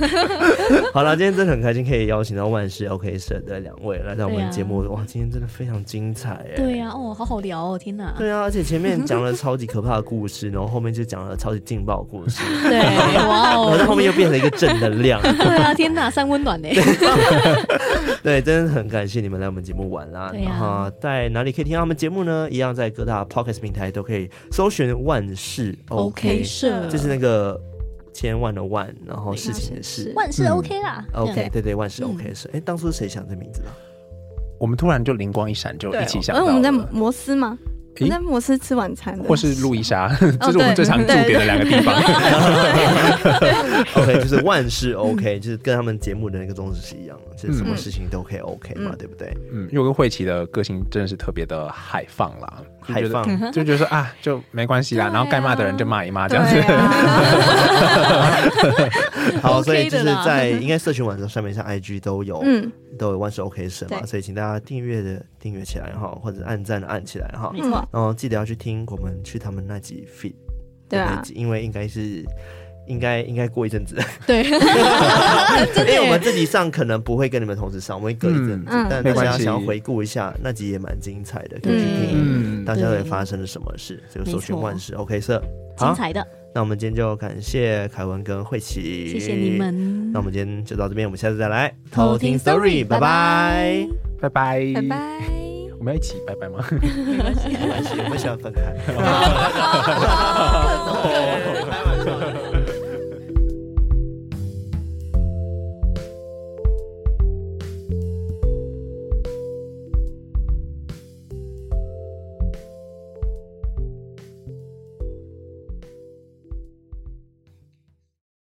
Speaker 1: 好了，今天真的很开心，可以邀请到万事 OK 社的两位来到我
Speaker 2: 对
Speaker 1: 们
Speaker 2: 啊
Speaker 1: 节目。哇，今天真的非常精彩哎。
Speaker 2: 对呀、哦，好好聊哦，天哪！
Speaker 1: 对啊，而且前面讲了超级可怕的故事，然后后面就讲了超级劲爆的故事，
Speaker 2: 对， 哇
Speaker 1: 然后到后面
Speaker 2: 哦，
Speaker 1: 又变成一个正能 量。
Speaker 2: 对啊，天哪，三温暖呢？
Speaker 1: 对，真的很感谢你们来我们节目玩啦。
Speaker 2: 对啊
Speaker 1: 然后在哪里可以听到他们节目呢？一样在各大 podcast 平台都可以搜寻万事 OK，
Speaker 2: 社
Speaker 1: 就是那个千万的万，然后事情的事。
Speaker 2: 万事 OK 啦。这
Speaker 1: 嗯 OK，
Speaker 2: 样
Speaker 1: 对对，万事
Speaker 2: 嗯
Speaker 1: OK 社。哎，当初是谁想这名字的？
Speaker 3: 我们突然就灵光一闪，就一起想
Speaker 4: 因
Speaker 3: 到了，
Speaker 4: 为嗯我们在摩斯嘛，我
Speaker 3: 诶
Speaker 4: 们在摩斯吃晚餐的，
Speaker 3: 或是路易莎， 这是我们
Speaker 4: 哦对
Speaker 3: 最常驻点的两个 地方。
Speaker 1: OK，就是万事 OK，就是跟他们节目的那个宗旨是一样的，就是什么事情都可以 OK 嘛，
Speaker 4: 嗯
Speaker 1: 对不 对？
Speaker 3: 嗯，因为我跟慧琪的个性真的是特别的海放啦，就觉
Speaker 1: 海
Speaker 3: 得
Speaker 1: 放，
Speaker 3: 就觉得说啊，就没关系啦，
Speaker 2: 对啊
Speaker 3: 然后该骂的人就骂一骂这
Speaker 4: 对
Speaker 3: 样子。
Speaker 4: 啊，
Speaker 1: 好，
Speaker 2: OK
Speaker 1: 所以就是
Speaker 2: 的啦
Speaker 1: 在应该社群网站上面，像 IG 都有，
Speaker 4: 嗯，
Speaker 1: 都有万事 OK 神嘛，
Speaker 4: 对
Speaker 1: 所以请大家订阅的订阅起来哈，或者按赞的按起来哈
Speaker 4: 嗯
Speaker 2: 没，错，
Speaker 1: 然后记得要去听我们去他们那集 fit
Speaker 4: 对
Speaker 1: 的那
Speaker 4: 啊，
Speaker 1: 集，因为应该是。应该应该过一阵子，
Speaker 2: 对，
Speaker 1: 因为我们自己上可能不会跟你们同时上，我们会隔一阵子。
Speaker 4: 嗯嗯
Speaker 1: 但大
Speaker 3: 没关
Speaker 1: 家
Speaker 3: 系
Speaker 1: 想要回顾一下那集也蛮精彩的，可以去听
Speaker 3: 嗯，
Speaker 1: 当下到底发生了什么事，就搜寻
Speaker 2: 没错
Speaker 1: 万事 OK 社。
Speaker 2: 精
Speaker 1: 好，
Speaker 2: 彩的，
Speaker 1: 那我们今天就感谢凯文跟慧琪，
Speaker 2: 谢谢你。们
Speaker 1: 那我。们今天就到这边，我们下次再来
Speaker 2: 偷听 story，
Speaker 1: 拜
Speaker 2: 拜
Speaker 1: 拜
Speaker 2: 拜。
Speaker 3: 拜拜，
Speaker 4: 拜，拜。
Speaker 3: 我们要一起拜拜吗？
Speaker 1: 没关系，我们想分开。
Speaker 2: 各种各种